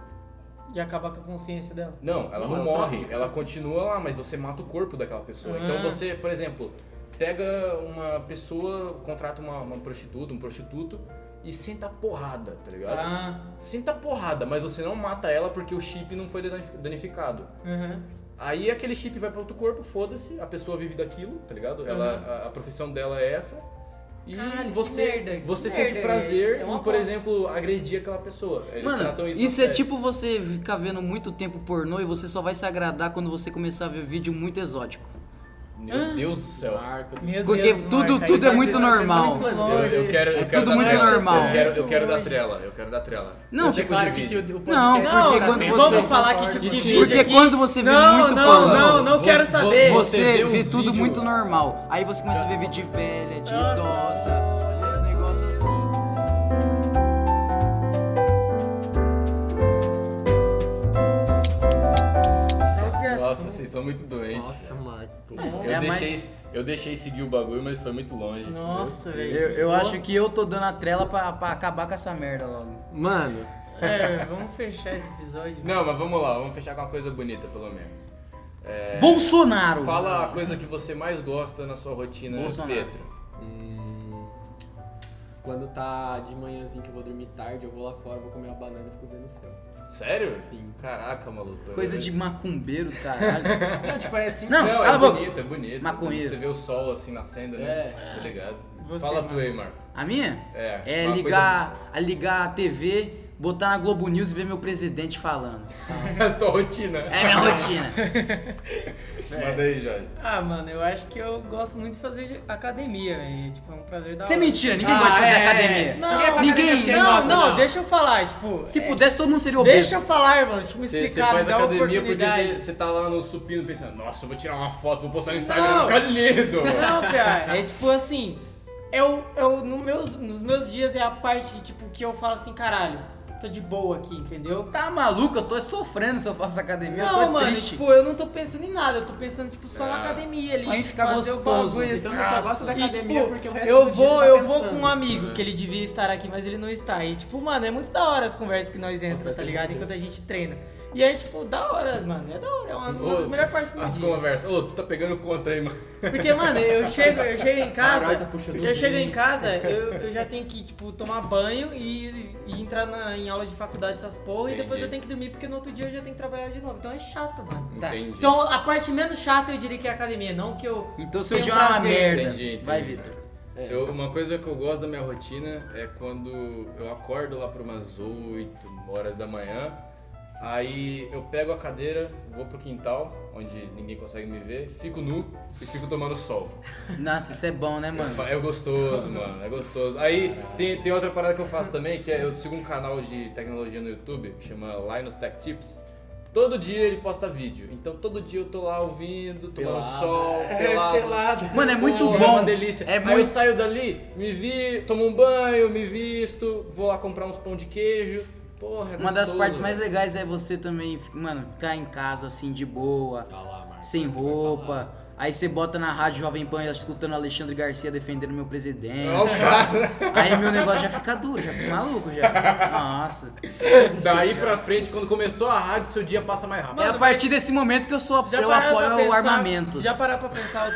E acabar com a consciência dela. Não, ela Não, não, ela troca morre, de ela continua lá, mas você mata o corpo daquela pessoa. Então Ah. você, por exemplo, pega uma pessoa, contrata uma, uma prostituta, um prostituto e senta a porrada, tá ligado? Ah, Sinta a porrada, mas você não mata ela porque o chip não foi dani- danificado. aham. Aí aquele chip vai para outro corpo, foda-se, a pessoa vive daquilo, tá ligado? Ela, Uhum. a, a profissão dela é essa. E Caralho, que você, merda, que você sente merda, prazer velho. É em, uma por bosta. exemplo, agredir aquela pessoa. Eles tratam Mano, isso. isso, a é sério. tipo você ficar vendo muito tempo pornô e você só vai se agradar quando você começar a ver vídeo muito exótico. Meu Deus do céu. Marca, Meu Porque Deus, tudo- Marca, tudo isso é vai muito ser- vai ser normal. muito Eu, longe. eu quero, eu É quero tudo dar muito trela. normal. Eu quero, eu quero dar Muito trela, eu quero dar trela. Não, Que tipo de Claro que vídeo. o- o podcast- Não, porque cara, quando vamos você- um falar que tipo de vídeo Porque aqui- quando você vê Não, muito não, pornô, Não, não vo- quero vo- saber. você vê vê uns tudo vídeo- muito normal. Aí você começa a ver vídeo de velha, de idosa, uns negócios assim. Nossa, vocês são muito doentes. Nossa, Marco, pô. Eu, É, mas- deixei, eu deixei seguir o bagulho, mas foi muito longe. Nossa, velho. tipo, Eu, eu Nossa. acho que eu tô dando a trela pra, pra acabar com essa merda logo. Mano, É, vamos fechar esse episódio. Não, mas vamos lá, vamos fechar com uma coisa bonita, pelo menos. É, Bolsonaro! Fala a coisa que você mais gosta na sua rotina, Bolsonaro. Pedro. hum, quando tá de manhãzinho que eu vou dormir tarde, eu vou lá fora, vou comer uma banana e fico vendo o céu. Sério? Sim. Caraca, maluco. Coisa de macumbeiro, caralho. Não, tipo, é assim. Não, Não, cala é a boca. bonito, é bonito. Maconheiro. Você vê o sol assim nascendo, né? É. Tá ligado? Você, Fala tu mano. aí, Marco. [LAUGHS] A minha? É, É uma ligar, a ligar a TV, botar na Globo News e ver meu presidente falando. Tua rotina. É minha rotina. Manda aí, Jorge. Ah, mano, eu acho que eu gosto muito de fazer academia, velho. Tipo, é um prazer da Isso é hora. mentira, ninguém gosta de fazer academia. Não, Ninguém- ninguém. ninguém Não, gosta, não, não. deixa eu falar, tipo. Se é, pudesse, todo mundo seria obeso. Deixa eu falar, mano. Tipo, Você explicar, faz me dá uma academia porque oportunidade. você tá lá no supino pensando, nossa, eu vou tirar uma foto, vou postar no Instagram, Não. fica lindo. Não, cara, é tipo assim, eu, eu no meus, nos meus dias é a parte tipo, que eu falo assim, caralho, tô de boa aqui, entendeu? Tá maluco? Eu tô sofrendo se eu faço academia, eu não, tô mano, é triste. É, tipo, eu não tô pensando em nada, eu tô pensando, tipo, só na Ah, academia ali. só em ficar fazer o gostoso. bagulho, Então assim. você só gosta da E, academia tipo, porque o resto eu do dia vou, você tá eu vou com pensando. um amigo que ele devia estar aqui, mas ele não está. E tipo, mano, é muito da hora as conversas que nós entra, tá parece ligado? muito Enquanto a gente treina. E é tipo, da hora, mano, é da hora, é uma, [LAUGHS] uma das Ô, melhores partes do meu As dia. conversas. Ô, tu tá pegando conta aí, mano. Porque, mano, eu chego, eu chego em casa. Caralho, tá puxando eu o chego em vinho. casa, eu, eu já tenho que, tipo, tomar banho e, e entrar na, em aula de faculdade essas porra. E depois Entendi. eu tenho que dormir, porque no outro dia eu já tenho que trabalhar de novo. Então é chato, mano. Tá. Entendi. Então a parte menos chata eu diria que é a academia, não que eu. Então seu Tem dia é uma prazer. merda. Entendi, entendi. Vai, Vitor. Eu- uma coisa que eu gosto da minha rotina é quando eu acordo lá por umas 8 horas da manhã, aí eu pego a cadeira, vou pro quintal, onde ninguém consegue me ver, fico nu e fico tomando sol. Nossa, isso é bom, né, mano? É gostoso, mano, é gostoso. Aí tem, tem outra parada que eu faço também, que é eu sigo um canal de tecnologia no YouTube, que chama Linus Tech Tips. Todo dia ele posta vídeo, então todo dia eu tô lá ouvindo, tomando Pelado. sol, pelado. Mano, é muito Porra, É bom. uma delícia. É Aí eu muito. saio dali, me vi, tomo um banho, me visto, vou lá comprar uns pão de queijo. Porra, é Uma das gostoso, partes mais velho. legais é você também, fi- mano, ficar em casa assim de boa, Olha Tá lá, Marco. sem você vai falar. roupa. Aí você bota na rádio Jovem Pan e tá escutando Alexandre Garcia defendendo meu presidente. [LAUGHS] Ó, o cara. Aí meu negócio já fica duro, já fica maluco já. [LAUGHS] Nossa. Daí pra frente, quando começou a rádio, seu dia passa mais rápido. é a partir desse momento que eu sou eu pararam pra apoio o pensar- armamento. Já parar pra pensar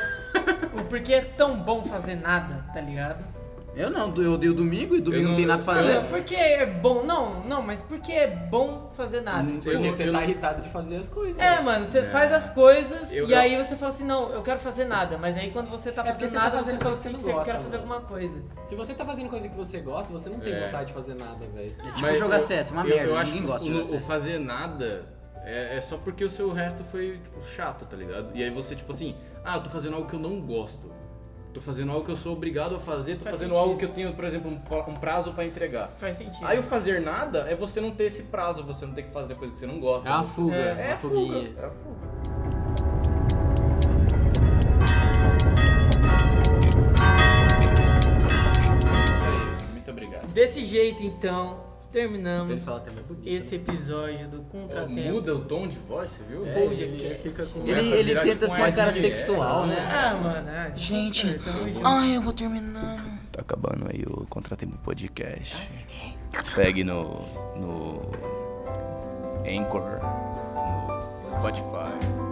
o, o porquê é tão bom fazer nada, tá ligado? Eu não, eu odeio domingo e domingo Eu não, não- tem nada pra fazer. Não, porque é bom. Não, não, mas porque é bom fazer nada. Porque você eu- tá irritado de fazer as coisas. É, né? mano, você faz as coisas Eu e não- aí você fala assim, não, eu quero fazer nada. Mas aí quando você tá É porque fazendo você tá nada, fazendo você, coisa que você não você gosta, quer fazer mano. alguma coisa. Se você tá fazendo coisa que você gosta, você não tem É. vontade de fazer nada, velho. É tipo jogar CS, uma eu, merda, Eu acho ninguém que gosta de o, jogar o CS. fazer nada é, é só porque o seu resto foi tipo, chato, tá ligado? E aí você, tipo assim, ah, eu tô fazendo algo que eu não gosto. Tô fazendo algo que eu sou obrigado a fazer, tô Faz fazendo sentido. algo que eu tenho, por exemplo, um pra- um prazo pra entregar. Faz sentido. Aí o fazer nada é você não ter esse prazo, você não ter que fazer coisa que você não gosta. É uma fuga, É, uma fuguinha. É a fuga. Desse jeito, então, terminamos Pessoal, até mais é bonito. esse episódio do Contratempo. Muda o tom de voz, você viu? É, ele, ele fica com Ele, Começa a ele virar tenta tipo ser um um cara SMR, sexual, né? Ah, mano. ah, Gente, tamo junto. ai, eu vou terminando. Tá acabando aí o Contratempo Podcast. Segue no. no. Anchor, no Spotify.